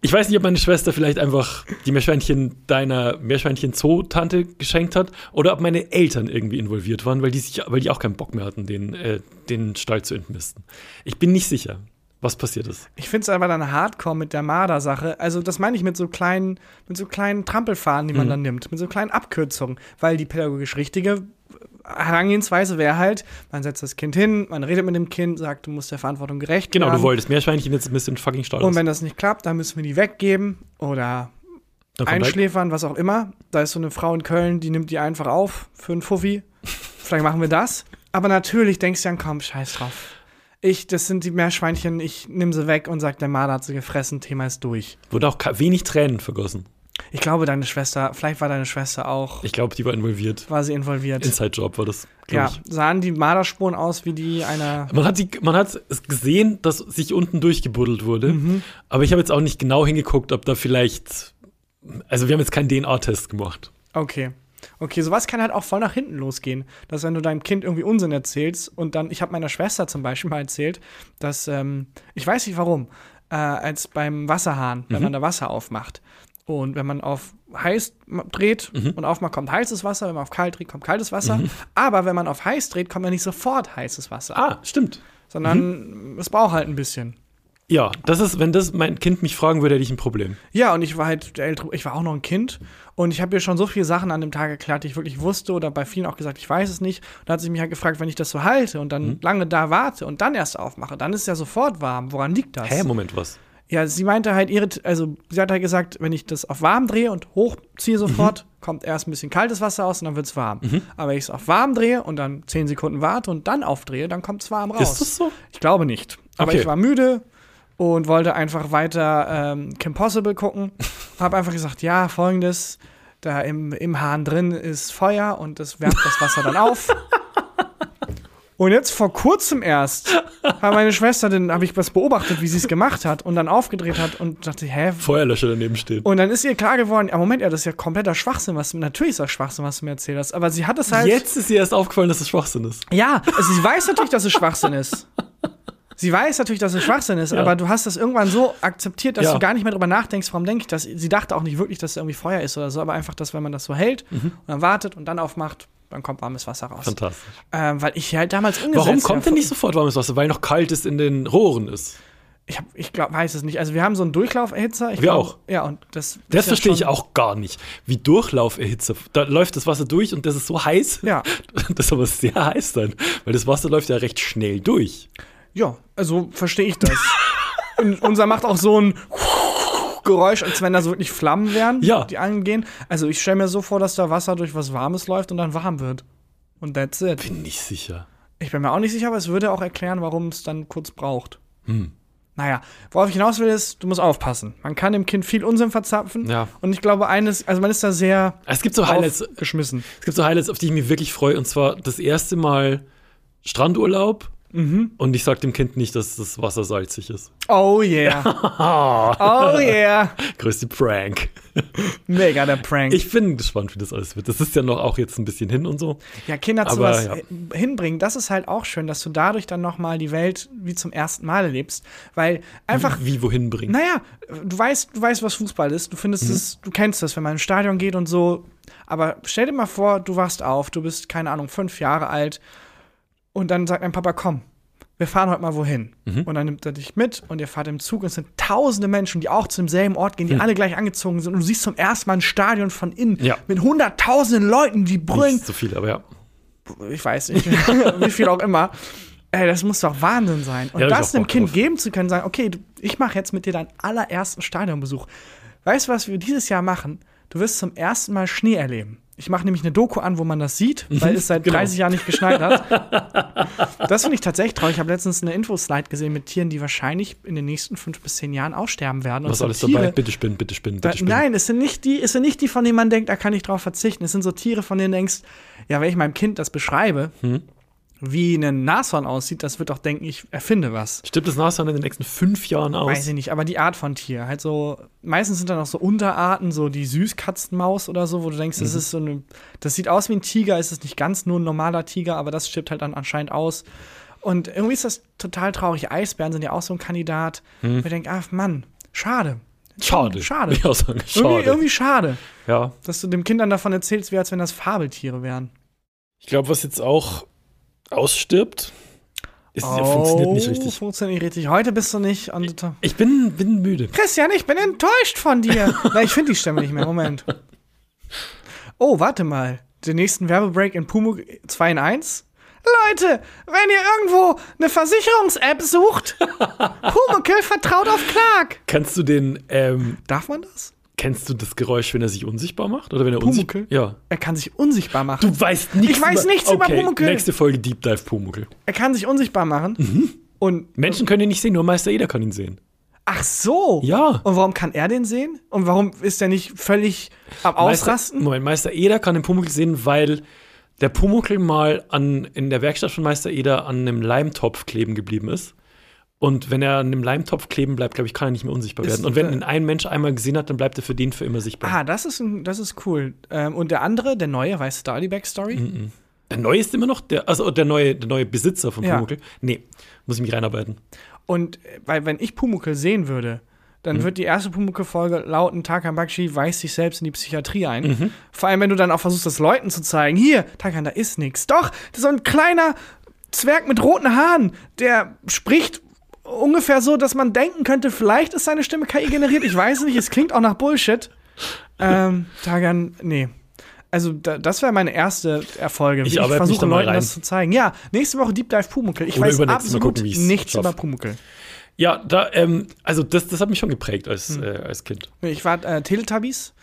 Speaker 3: Ich weiß nicht, ob meine Schwester vielleicht einfach die Meerschweinchen deiner Meerschweinchen-Zoo-Tante geschenkt hat oder ob meine Eltern irgendwie involviert waren, weil die, sich, weil die auch keinen Bock mehr hatten, den, äh, den Stall zu entmisten. Ich bin nicht sicher, was passiert ist.
Speaker 2: Ich find's aber dann hardcore mit der Marder-Sache. Also, das meine ich mit so kleinen, mit so kleinen Trampelfahren,
Speaker 3: Mhm.
Speaker 2: die man dann nimmt, mit so kleinen Abkürzungen, weil die pädagogisch richtige Herangehensweise wäre halt, man setzt das Kind hin, man redet mit dem Kind, sagt, du musst der Verantwortung gerecht
Speaker 3: Genau,
Speaker 2: werden.
Speaker 3: du wolltest Meerschweinchen jetzt ein bisschen fucking Stall
Speaker 2: Ähm, Und
Speaker 3: aus.
Speaker 2: wenn das nicht klappt, dann müssen wir die weggeben oder
Speaker 3: Dann kommt weg.
Speaker 2: Einschläfern, was auch immer. Da ist so eine Frau in Köln, die nimmt die einfach auf für einen Fuffi. Vielleicht machen wir das. Aber natürlich denkst du dann, komm, scheiß drauf. Ich, das sind die Meerschweinchen, ich nimm sie weg und sag, der Marder hat sie gefressen, Thema ist durch.
Speaker 3: Wurde auch ka- wenig Tränen vergossen.
Speaker 2: Ich glaube, deine Schwester, vielleicht war deine Schwester auch,
Speaker 3: Ich glaube, die war involviert.
Speaker 2: war sie involviert.
Speaker 3: Inside-Job war das, glaube
Speaker 2: ja,
Speaker 3: ich.
Speaker 2: sahen die Marderspuren aus wie die einer.
Speaker 3: Man hat, die, man hat es gesehen, dass sich unten durchgebuddelt wurde.
Speaker 2: Mhm.
Speaker 3: Aber ich habe jetzt auch nicht genau hingeguckt, ob da vielleicht. Also, wir haben jetzt keinen DNA-Test gemacht.
Speaker 2: Okay. Okay, sowas kann halt auch voll nach hinten losgehen. Dass wenn du deinem Kind irgendwie Unsinn erzählst und dann, ich habe meiner Schwester zum Beispiel mal erzählt, dass, ähm, ich weiß nicht warum, äh, als beim Wasserhahn, wenn man da Wasser aufmacht und wenn man auf heiß ma- dreht und aufmacht, kommt heißes Wasser, wenn man auf kalt dreht, kommt kaltes Wasser. Aber wenn man auf heiß dreht, kommt ja nicht sofort heißes Wasser,
Speaker 3: Ah, stimmt.
Speaker 2: sondern es braucht halt ein bisschen.
Speaker 3: Ja, das ist, wenn das mein Kind mich fragen würde, hätte ich ein Problem.
Speaker 2: Ja, und ich war halt der ältere, ich war auch noch ein Kind und ich habe ihr schon so viele Sachen an dem Tag erklärt, die ich wirklich wusste oder bei vielen auch gesagt, ich weiß es nicht. Und da hat sie mich halt gefragt, wenn ich das so halte und
Speaker 3: Mhm.
Speaker 2: dann lange da warte und dann erst aufmache, dann ist ja sofort warm. Woran liegt das?
Speaker 3: Hä, Moment, was?
Speaker 2: Ja, sie meinte halt ihre, also sie hat halt gesagt, wenn ich das auf warm drehe und
Speaker 3: Mhm.
Speaker 2: hochziehe sofort, kommt erst ein bisschen kaltes Wasser raus und dann wird's warm. Aber wenn ich es auf warm drehe und dann zehn Sekunden warte und dann aufdrehe, dann kommt's warm raus.
Speaker 3: Ist das so?
Speaker 2: Ich glaube nicht. Aber
Speaker 3: Okay.
Speaker 2: ich war müde und wollte einfach weiter ähm, Kim Possible gucken. Hab einfach gesagt, ja, folgendes, da im, im Hahn drin ist Feuer und das wärmt das Wasser dann auf. Und jetzt vor kurzem erst habe meine Schwester, dann habe ich was beobachtet, wie sie es gemacht hat und dann aufgedreht hat und dachte, hä?
Speaker 3: Feuerlöscher daneben steht.
Speaker 2: Und dann ist ihr klar geworden, ja Moment, ja, das ist ja kompletter Schwachsinn, was du, natürlich ist das Schwachsinn, was du mir erzählt hast. Aber sie hat es halt.
Speaker 3: Jetzt ist ihr erst aufgefallen, dass es Schwachsinn ist.
Speaker 2: Ja, also sie weiß natürlich, dass es Schwachsinn ist. Sie weiß natürlich, dass es Schwachsinn ist, aber du hast das irgendwann so akzeptiert, dass
Speaker 3: Ja.
Speaker 2: du gar nicht mehr drüber nachdenkst, warum denke ich das. Sie dachte auch nicht wirklich, dass es irgendwie Feuer ist oder so, aber einfach, dass wenn man das so hält und dann wartet und dann aufmacht, dann kommt warmes Wasser raus.
Speaker 3: Mhm. Fantastisch.
Speaker 2: Ähm, weil ich halt damals umgesetzt
Speaker 3: Warum kommt
Speaker 2: habe.
Speaker 3: denn nicht sofort warmes Wasser? Weil noch kaltes in den Rohren ist.
Speaker 2: Ich, hab, ich glaub, weiß es nicht. Also wir haben so einen Durchlauferhitzer. Ich
Speaker 3: Wir
Speaker 2: glaub-
Speaker 3: auch.
Speaker 2: Ja, und das.
Speaker 3: Das
Speaker 2: ist ja
Speaker 3: verstehe ich
Speaker 2: schon-
Speaker 3: auch gar nicht. Wie Durchlauferhitzer. Da läuft das Wasser durch und das ist so heiß.
Speaker 2: Ja.
Speaker 3: *laughs* Das ist aber sehr heiß dann. Weil das Wasser läuft ja recht schnell durch.
Speaker 2: Ja, also verstehe ich das. und unser macht auch so ein Geräusch, als wenn da so wirklich Flammen wären,
Speaker 3: Ja.
Speaker 2: die angehen. Also ich stelle mir so vor, dass da Wasser durch was Warmes läuft und dann warm wird. Und that's it.
Speaker 3: Bin nicht sicher.
Speaker 2: Ich bin mir auch nicht sicher, aber es würde auch erklären, warum es dann kurz braucht. Hm. Naja, worauf ich hinaus will, ist, du musst aufpassen. Man kann dem Kind viel Unsinn verzapfen.
Speaker 3: Ja.
Speaker 2: Und ich glaube, eines, also man ist da sehr
Speaker 3: Es gibt so Highlights,
Speaker 2: geschmissen.
Speaker 3: Es gibt so Highlights, auf die ich mich wirklich freue. Und zwar das erste Mal Strandurlaub.
Speaker 2: Mhm.
Speaker 3: Und ich sag dem Kind nicht, dass das Wasser salzig ist.
Speaker 2: Oh yeah.
Speaker 3: *laughs*
Speaker 2: oh yeah.
Speaker 3: Größte Prank.
Speaker 2: Mega der Prank.
Speaker 3: Ich bin gespannt, wie das alles wird. Das ist ja noch auch jetzt ein bisschen hin und so.
Speaker 2: ja, Kinder zu
Speaker 3: aber,
Speaker 2: was
Speaker 3: ja.
Speaker 2: äh, hinbringen, das ist halt auch schön, dass du dadurch dann nochmal die Welt wie zum ersten Mal erlebst. Weil einfach,
Speaker 3: Wie wohin bringen.
Speaker 2: naja, du weißt, du weißt, was Fußball ist. Du findest
Speaker 3: Mhm.
Speaker 2: es, du kennst das, wenn man ins Stadion geht und so. Aber stell dir mal vor, du wachst auf, du bist, keine Ahnung, fünf Jahre alt und dann sagt dein Papa, komm. Wir fahren heute mal wohin.
Speaker 3: Mhm.
Speaker 2: Und dann nimmt er dich mit und ihr fahrt im Zug und es sind tausende Menschen, die auch zu demselben Ort gehen, die alle gleich angezogen sind. Und du siehst zum ersten Mal ein Stadion von innen
Speaker 3: Mhm. Ja.
Speaker 2: mit hunderttausenden Leuten, die brüllen
Speaker 3: Nicht so viel, aber ja.
Speaker 2: ich weiß nicht, *laughs* wie viel auch immer. Ey, das muss doch Wahnsinn sein. Und
Speaker 3: Ja, da hab ich
Speaker 2: das
Speaker 3: auch
Speaker 2: einem
Speaker 3: Bock
Speaker 2: Kind
Speaker 3: drauf.
Speaker 2: geben zu können, sagen, okay, du, ich mache jetzt mit dir deinen allerersten Stadionbesuch. Weißt du, was wir dieses Jahr machen? Du wirst zum ersten Mal Schnee erleben. Ich mache nämlich eine Doku an, wo man das sieht, weil es seit
Speaker 3: *laughs* genau.
Speaker 2: 30 Jahren nicht geschneit hat. das finde ich tatsächlich traurig. Ich habe letztens eine Infoslide gesehen mit Tieren, die wahrscheinlich in den nächsten fünf bis zehn Jahren aussterben werden. Und
Speaker 3: Was
Speaker 2: so
Speaker 3: alles
Speaker 2: Tiere-
Speaker 3: dabei? Bitte spinnen, bitte spinnen, bitte
Speaker 2: da-
Speaker 3: spinnen.
Speaker 2: Nein, es sind, nicht die, es sind nicht die, von denen man denkt, da kann ich drauf verzichten. Es sind so Tiere, von denen du denkst, ja, wenn ich meinem Kind das beschreibe,
Speaker 3: Hm.
Speaker 2: wie ein Nashorn aussieht, das wird doch denken, ich erfinde was.
Speaker 3: Stirbt das Nashorn in den nächsten fünf Jahren aus?
Speaker 2: Weiß ich nicht, aber die Art von Tier. Halt so, meistens sind dann auch so Unterarten, so die Süßkatzenmaus oder so, wo du denkst,
Speaker 3: Mhm.
Speaker 2: das ist so eine. Das sieht aus wie ein Tiger, es ist nicht ganz nur ein normaler Tiger, aber das stirbt halt dann anscheinend aus. Und irgendwie ist das total traurig. Eisbären sind ja auch so ein Kandidat. Wo ich denke, ach Mann, schade.
Speaker 3: Mhm. Schade.
Speaker 2: Schade.
Speaker 3: *laughs* Ich auch sagen, schade.
Speaker 2: Irgendwie, irgendwie schade.
Speaker 3: Ja.
Speaker 2: dass du dem Kind dann davon erzählst, wie als wenn das Fabeltiere wären.
Speaker 3: Ich glaube, was jetzt auch ausstirbt, ist, funktioniert nicht richtig.
Speaker 2: Oh, Funktioniert nicht richtig. Heute bist du nicht. Und
Speaker 3: Ich bin, bin müde.
Speaker 2: Christian, ich bin enttäuscht von
Speaker 3: *laughs*
Speaker 2: dir. Na, ich finde die Stimme nicht mehr. Moment. Oh, warte mal. Den nächsten Werbebreak in Pumu 2 in 1. Leute, wenn ihr irgendwo eine Versicherungs-App
Speaker 3: *laughs*
Speaker 2: sucht, Pumuckl vertraut auf Clark.
Speaker 3: Kannst du den ähm,
Speaker 2: Darf man das?
Speaker 3: Kennst du das Geräusch, wenn er sich unsichtbar macht? Oder wenn er
Speaker 2: Pumuckl?
Speaker 3: unsichtbar Ja.
Speaker 2: Er kann sich unsichtbar machen.
Speaker 3: Du weißt nichts
Speaker 2: Ich weiß nichts über
Speaker 3: okay,
Speaker 2: Pumuckl.
Speaker 3: Nächste Folge Deep Dive Pumuckl.
Speaker 2: Er kann sich unsichtbar machen.
Speaker 3: Mhm.
Speaker 2: Und
Speaker 3: Menschen können ihn nicht sehen, nur Meister Eder kann ihn sehen.
Speaker 2: Ach so.
Speaker 3: Ja.
Speaker 2: Und warum kann er den sehen? Und warum ist er nicht völlig am
Speaker 3: Meister,
Speaker 2: Ausrasten?
Speaker 3: Moment, Meister Eder kann den Pumuckl sehen, weil der Pumuckl mal an, in der Werkstatt von Meister Eder an einem Leimtopf kleben geblieben ist. Und wenn er an einem Leimtopf kleben bleibt, glaube ich, kann er nicht mehr unsichtbar
Speaker 2: Ist- äh
Speaker 3: werden. Und wenn ihn ein Mensch einmal gesehen hat, dann bleibt er für den für immer sichtbar.
Speaker 2: Ah, das ist, ein, das ist cool. Ähm, und der andere, der neue, weißt du da die Backstory?
Speaker 3: Der neue ist immer noch der, also der neue, der neue Besitzer von
Speaker 2: Ja.
Speaker 3: Pumuckl. Nee, muss ich mich reinarbeiten.
Speaker 2: Und äh, weil, wenn ich Pumuckl sehen würde,
Speaker 3: Mhm.
Speaker 2: dann wird die erste Pumuckl-Folge lauten, Tarkan Bakshi weist sich selbst in die Psychiatrie ein.
Speaker 3: Mhm.
Speaker 2: Vor allem, wenn du dann auch versuchst, das Leuten zu zeigen, hier, Tarkan, da ist nichts. Doch, das ist so ein kleiner Zwerg mit roten Haaren, der spricht ungefähr so, dass man denken könnte, vielleicht ist seine Stimme KI generiert. Ich weiß nicht, es klingt auch nach Bullshit. Ähm, Tarkan, nee. Also, da, das wäre meine erste Erfolge. wie
Speaker 3: Ich arbeite mich
Speaker 2: versuche
Speaker 3: da mal
Speaker 2: Leuten
Speaker 3: rein.
Speaker 2: das zu zeigen. Ja, nächste Woche Deep Dive Pumuckl. Ich
Speaker 3: Oder
Speaker 2: weiß
Speaker 3: übernächstes Mal
Speaker 2: absolut
Speaker 3: gucken, wie ich's
Speaker 2: nichts
Speaker 3: schaff.
Speaker 2: über Pumuckl.
Speaker 3: Ja, da, ähm, also das, das hat mich schon geprägt als,
Speaker 2: Hm.
Speaker 3: äh, als Kind.
Speaker 2: Ich war äh, Teletubbies,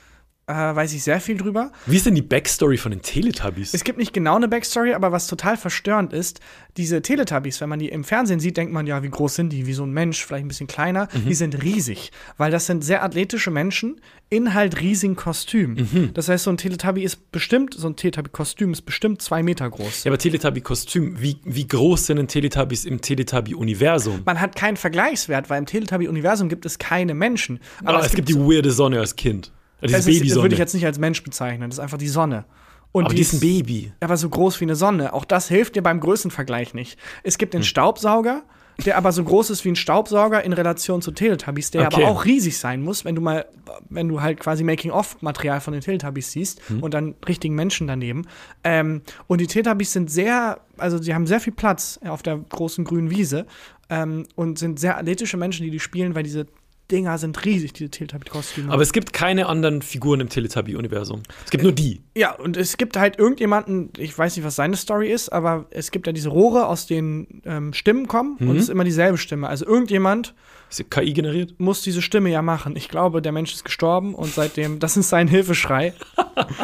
Speaker 2: äh, weiß ich sehr viel drüber.
Speaker 3: Wie ist denn die Backstory von den Teletubbies?
Speaker 2: Es gibt nicht genau eine Backstory, aber was total verstörend ist, diese Teletubbies, wenn man die im Fernsehen sieht, denkt man, ja, wie groß sind die? Wie so ein Mensch, vielleicht ein bisschen kleiner.
Speaker 3: Mhm.
Speaker 2: Die sind riesig, weil das sind sehr athletische Menschen in halt riesigen Kostümen.
Speaker 3: Mhm.
Speaker 2: Das heißt, so ein Teletubby ist bestimmt, so ein Teletubby-Kostüm ist bestimmt zwei Meter groß.
Speaker 3: ja, aber Teletubby-Kostüm, wie, wie groß sind denn Teletubbies im Teletubby-Universum?
Speaker 2: Man hat keinen Vergleichswert, weil im Teletubby-Universum gibt es keine Menschen.
Speaker 3: Aber Ah, es gibt die weirde Sonne als Kind. Äh, Diese
Speaker 2: das, ist, das
Speaker 3: Babysonne.
Speaker 2: würde ich jetzt nicht als Mensch bezeichnen, das ist einfach die Sonne. Und
Speaker 3: aber die ist ein Baby. Hm.
Speaker 2: aber so groß wie eine Sonne. Auch das hilft dir beim Größenvergleich nicht. Es gibt den Staubsauger, der aber so groß ist wie ein Staubsauger in Relation zu Teletubbies, der
Speaker 3: Okay.
Speaker 2: aber auch riesig sein muss, wenn du mal, wenn du halt quasi Making-of-Material von den Teletubbies siehst
Speaker 3: Hm.
Speaker 2: und dann richtigen Menschen daneben. Ähm, und die Teletubbies sind sehr, also sie haben sehr viel Platz auf der großen grünen Wiese ähm, und sind sehr athletische Menschen, die die spielen, weil diese Dinger sind riesig, diese Teletubby-Kostüme.
Speaker 3: Aber es gibt keine anderen Figuren im Teletubby-Universum. Es gibt nur die.
Speaker 2: Ja, und es gibt halt irgendjemanden, ich weiß nicht, was seine Story ist, aber es gibt ja diese Rohre, aus denen ähm, Stimmen kommen und es ist immer dieselbe Stimme. Also irgendjemand
Speaker 3: Ist die KI generiert?
Speaker 2: muss diese Stimme ja machen. Ich glaube, der Mensch ist gestorben und seitdem, das ist sein Hilfeschrei.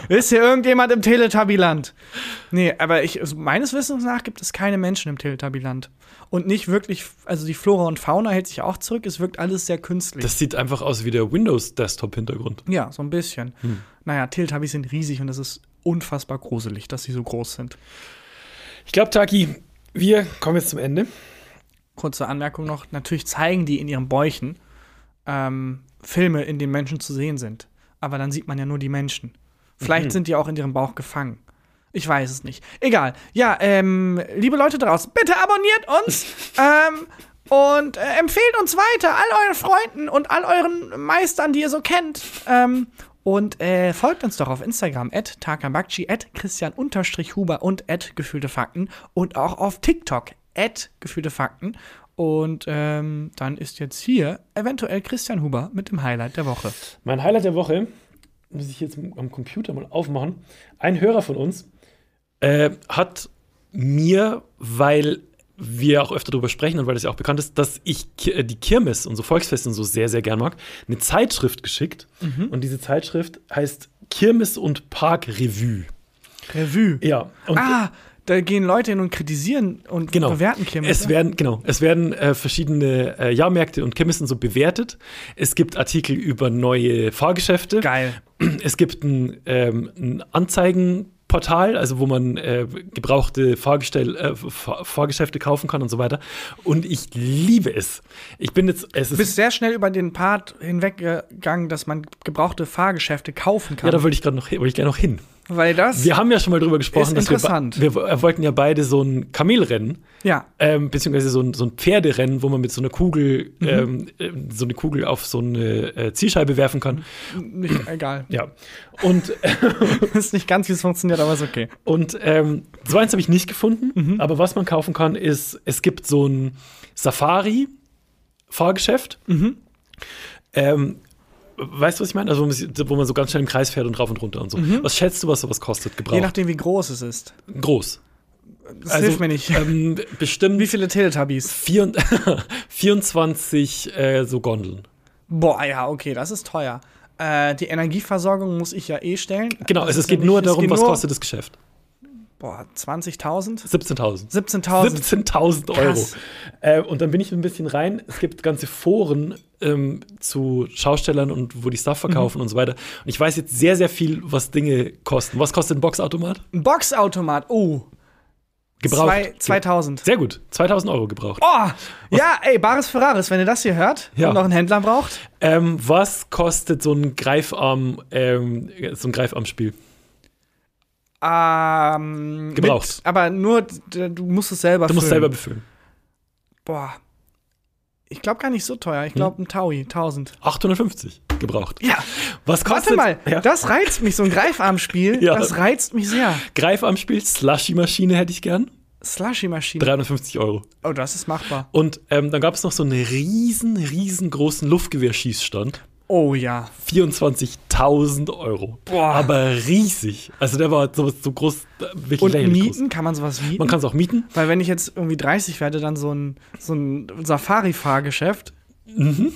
Speaker 2: ist hier irgendjemand im Teletubbyland? Nee, aber ich, also meines Wissens nach gibt es keine Menschen im Teletubbyland. Und nicht wirklich, also die Flora und Fauna hält sich auch zurück, es wirkt alles sehr künstlich.
Speaker 3: Das sieht einfach aus wie der Windows-Desktop-Hintergrund.
Speaker 2: ja, so ein bisschen. Naja, Teletubbies sind riesig und es ist unfassbar gruselig, dass sie so groß sind.
Speaker 3: Ich glaube, Taki, wir kommen jetzt zum Ende.
Speaker 2: kurze Anmerkung noch, natürlich zeigen die in ihren Bäuchen ähm, Filme, in denen Menschen zu sehen sind. Aber dann sieht man ja nur die Menschen. Vielleicht sind die auch in ihrem Bauch gefangen. Ich weiß es nicht. Egal. Ja, ähm, liebe Leute draußen, bitte abonniert uns ähm, und äh, empfehlt uns weiter, all euren Freunden und all euren Meistern, die ihr so kennt. Ähm, und äh, folgt uns doch auf Instagram, at takambakchi, at christian-huber und at gefühlte Fakten. Und auch auf TikTok, at gefühlte Fakten. Und ähm, dann ist jetzt hier eventuell Christian Huber mit dem Highlight der Woche.
Speaker 3: Mein Highlight der Woche, muss ich jetzt am Computer mal aufmachen. Ein Hörer von uns äh, hat mir, weil wir auch öfter darüber sprechen und weil das ja auch bekannt ist, dass ich Ki- äh, die Kirmes und so Volksfeste und so sehr, sehr gern mag, eine Zeitschrift geschickt. Und diese Zeitschrift heißt Kirmes und Park Revue.
Speaker 2: Revue.
Speaker 3: Ja. Und
Speaker 2: Ah, da gehen Leute hin und kritisieren und
Speaker 3: genau.
Speaker 2: bewerten Kirmes.
Speaker 3: Es werden, genau, es werden äh, verschiedene äh, Jahrmärkte und Kirmessen so bewertet. Es gibt Artikel über neue Fahrgeschäfte.
Speaker 2: Geil.
Speaker 3: Es gibt ein, ähm, ein Anzeigenportal, also wo man äh, gebrauchte Fahrgestell, äh, Fahr Fahrgeschäfte kaufen kann und so weiter. Und ich liebe es. Ich bin jetzt, es
Speaker 2: Du bist
Speaker 3: ist,
Speaker 2: sehr schnell über den Part hinweggegangen, dass man gebrauchte Fahrgeschäfte kaufen
Speaker 3: ja,
Speaker 2: kann.
Speaker 3: da würde ich gerade noch, hin- wollte ich gerne noch hin.
Speaker 2: weil das.
Speaker 3: Wir haben ja schon mal drüber gesprochen,
Speaker 2: Ist
Speaker 3: dass wir,
Speaker 2: interessant.
Speaker 3: ba- wir äh, wollten ja beide so ein Kamelrennen.
Speaker 2: ja.
Speaker 3: Ähm, beziehungsweise so ein, so ein Pferderennen, wo man mit so einer Kugel
Speaker 2: Mhm.
Speaker 3: ähm, äh, so eine Kugel auf so eine äh, Zielscheibe werfen
Speaker 2: Mhm.
Speaker 3: kann.
Speaker 2: Nicht, egal.
Speaker 3: *laughs* Ja. Und, *laughs*
Speaker 2: Ist nicht ganz, wie es funktioniert, aber ist okay.
Speaker 3: und ähm, so eins habe ich nicht gefunden,
Speaker 2: Mhm.
Speaker 3: aber was man kaufen kann, ist, es gibt so ein Safari-Fahrgeschäft.
Speaker 2: Mhm.
Speaker 3: Ähm, weißt du, was ich meine? Also, wo man sich- wo man so ganz schnell im Kreis fährt und rauf und runter und so. Was schätzt du, was sowas kostet?
Speaker 2: Mhm. Je
Speaker 3: Gebraucht?
Speaker 2: nachdem, wie groß es ist.
Speaker 3: Groß.
Speaker 2: Das
Speaker 3: Also,
Speaker 2: hilft mir nicht.
Speaker 3: Ähm, bestimmt
Speaker 2: wie viele Teletubbies?
Speaker 3: *laughs* 24 äh, so Gondeln.
Speaker 2: Boah, ja, okay, das ist teuer. Äh, die Energieversorgung muss ich ja eh stellen.
Speaker 3: Genau,
Speaker 2: Das
Speaker 3: es,
Speaker 2: ist
Speaker 3: es geht
Speaker 2: ja
Speaker 3: nur
Speaker 2: nicht-
Speaker 3: darum,
Speaker 2: geht
Speaker 3: was
Speaker 2: nur-
Speaker 3: kostet das Geschäft.
Speaker 2: Boah, 20.000?
Speaker 3: 17.000.
Speaker 2: 17.000.
Speaker 3: 17.000 Euro.
Speaker 2: Krass.
Speaker 3: Äh, und dann bin ich ein bisschen rein. Es gibt ganze Foren ähm, zu Schaustellern und wo die Stuff verkaufen und so weiter. Und ich weiß jetzt sehr, sehr viel, was Dinge kosten. Was kostet ein Boxautomat?
Speaker 2: Ein Boxautomat, oh.
Speaker 3: Gebraucht.
Speaker 2: Zwei, 2000.
Speaker 3: Sehr gut. 2000 Euro gebraucht.
Speaker 2: Oh, ja, ey, Bares Ferraris, wenn ihr das hier hört
Speaker 3: Ja.
Speaker 2: und noch einen Händler braucht.
Speaker 3: Ähm, was kostet so ein Greifarm, ähm, so ein Greifarmspiel?
Speaker 2: Ähm,
Speaker 3: Gebraucht.
Speaker 2: Mit, aber nur, d- du musst es selber
Speaker 3: Du musst
Speaker 2: füllen.
Speaker 3: selber befüllen.
Speaker 2: Boah. Ich glaube gar nicht so teuer.
Speaker 3: Hm?
Speaker 2: Ich glaube, ein Taui, 1000.
Speaker 3: 850 gebraucht.
Speaker 2: Ja.
Speaker 3: Was
Speaker 2: Warte
Speaker 3: kostet
Speaker 2: mal,
Speaker 3: Ja.
Speaker 2: das reizt mich, so ein Greifarmspiel.
Speaker 3: *laughs* Ja.
Speaker 2: Das reizt mich sehr.
Speaker 3: Greifarmspiel, Slushy-Maschine hätte ich gern.
Speaker 2: Slushy-Maschine.
Speaker 3: 350 Euro.
Speaker 2: Oh, das ist machbar.
Speaker 3: Und ähm, dann gab es noch so einen riesen, riesengroßen Luftgewehrschießstand.
Speaker 2: Oh ja.
Speaker 3: 24.000 Euro.
Speaker 2: Boah.
Speaker 3: Aber riesig. Also der war so, so groß, äh, wirklich
Speaker 2: Und
Speaker 3: lächerlich
Speaker 2: mieten? Kann man sowas mieten?
Speaker 3: groß. Man kann es auch mieten.
Speaker 2: Weil wenn ich jetzt irgendwie 30 werde, dann so ein, so ein Safari-Fahrgeschäft.
Speaker 3: Mhm.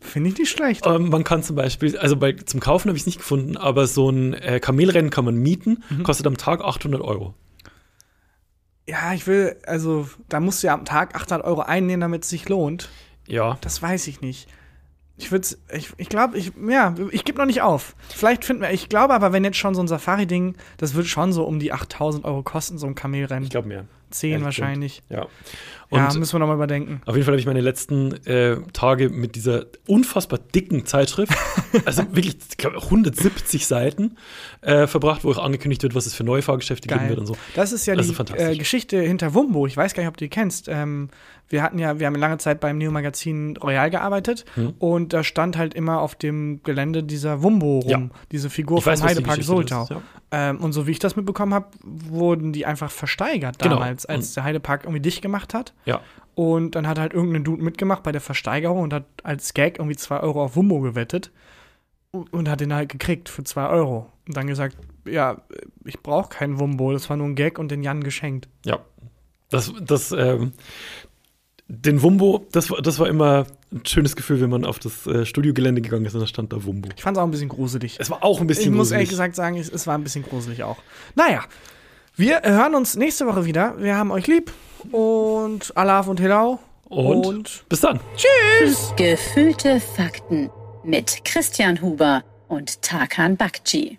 Speaker 2: Finde ich nicht schlecht.
Speaker 3: Ähm, man kann zum Beispiel, also bei, zum Kaufen habe ich es nicht gefunden, aber so ein äh, Kamelrennen kann man mieten,
Speaker 2: Mhm.
Speaker 3: kostet am Tag 800 Euro.
Speaker 2: Ja, ich will, also, da musst du ja am Tag 800 Euro einnehmen, damit es sich lohnt.
Speaker 3: Ja.
Speaker 2: Das weiß ich nicht. Ich würde ich, ich glaube, ich, ja, ich gebe noch nicht auf. Vielleicht finden wir, ich glaube aber, wenn jetzt schon so ein Safari-Ding, das wird schon so um die 8000 Euro kosten, so ein Kamelrennen.
Speaker 3: Ich glaube mehr.
Speaker 2: Zehn
Speaker 3: Ehrlich
Speaker 2: wahrscheinlich.
Speaker 3: gesagt. Ja. Und
Speaker 2: ja, müssen wir nochmal überdenken.
Speaker 3: auf jeden Fall habe ich meine letzten äh, Tage mit dieser unfassbar
Speaker 2: *laughs*
Speaker 3: dicken Zeitschrift, also wirklich ich glaube, 170 Seiten, äh, verbracht, wo auch angekündigt wird, was es für neue Fahrgeschäfte geben wird und so.
Speaker 2: Das ist ja
Speaker 3: Also
Speaker 2: die
Speaker 3: fantastisch.
Speaker 2: äh, Geschichte hinter Wumbo. Ich weiß gar nicht, ob du die kennst. Ähm, wir hatten ja, wir haben lange Zeit beim Neo Magazin Royal gearbeitet
Speaker 3: Hm.
Speaker 2: und da stand halt immer auf dem Gelände dieser Wumbo rum,
Speaker 3: Ja.
Speaker 2: diese Figur
Speaker 3: Ich weiß,
Speaker 2: vom
Speaker 3: was die
Speaker 2: Heidepark
Speaker 3: Geschichte
Speaker 2: Soltau.
Speaker 3: ist, ja.
Speaker 2: ähm, und so wie ich das mitbekommen habe, wurden die einfach versteigert
Speaker 3: Genau.
Speaker 2: damals, als der Heidepark irgendwie dicht gemacht hat.
Speaker 3: Ja.
Speaker 2: Und dann hat halt irgendein Dude mitgemacht bei der Versteigerung und hat als Gag irgendwie 2 Euro auf Wumbo gewettet und, und hat den halt gekriegt für 2 Euro. Und dann gesagt, ja, ich brauche keinen Wumbo, das war nur ein Gag und den Jan geschenkt.
Speaker 3: Ja. Das, das, ähm, den Wumbo, das, war- das war immer ein schönes Gefühl, wenn man auf das äh, Studiogelände gegangen ist und da stand da Wumbo.
Speaker 2: Ich fand es auch ein bisschen gruselig.
Speaker 3: Es war auch ein bisschen
Speaker 2: ich muss ehrlich
Speaker 3: gruselig.
Speaker 2: gesagt sagen, es, es war ein bisschen gruselig auch. Naja, wir hören uns nächste Woche wieder. Wir haben euch lieb und Alaf und Hilau
Speaker 3: Und, bis dann.
Speaker 1: Gefühlte Fakten mit Christian Huber und Tarkan Bakci.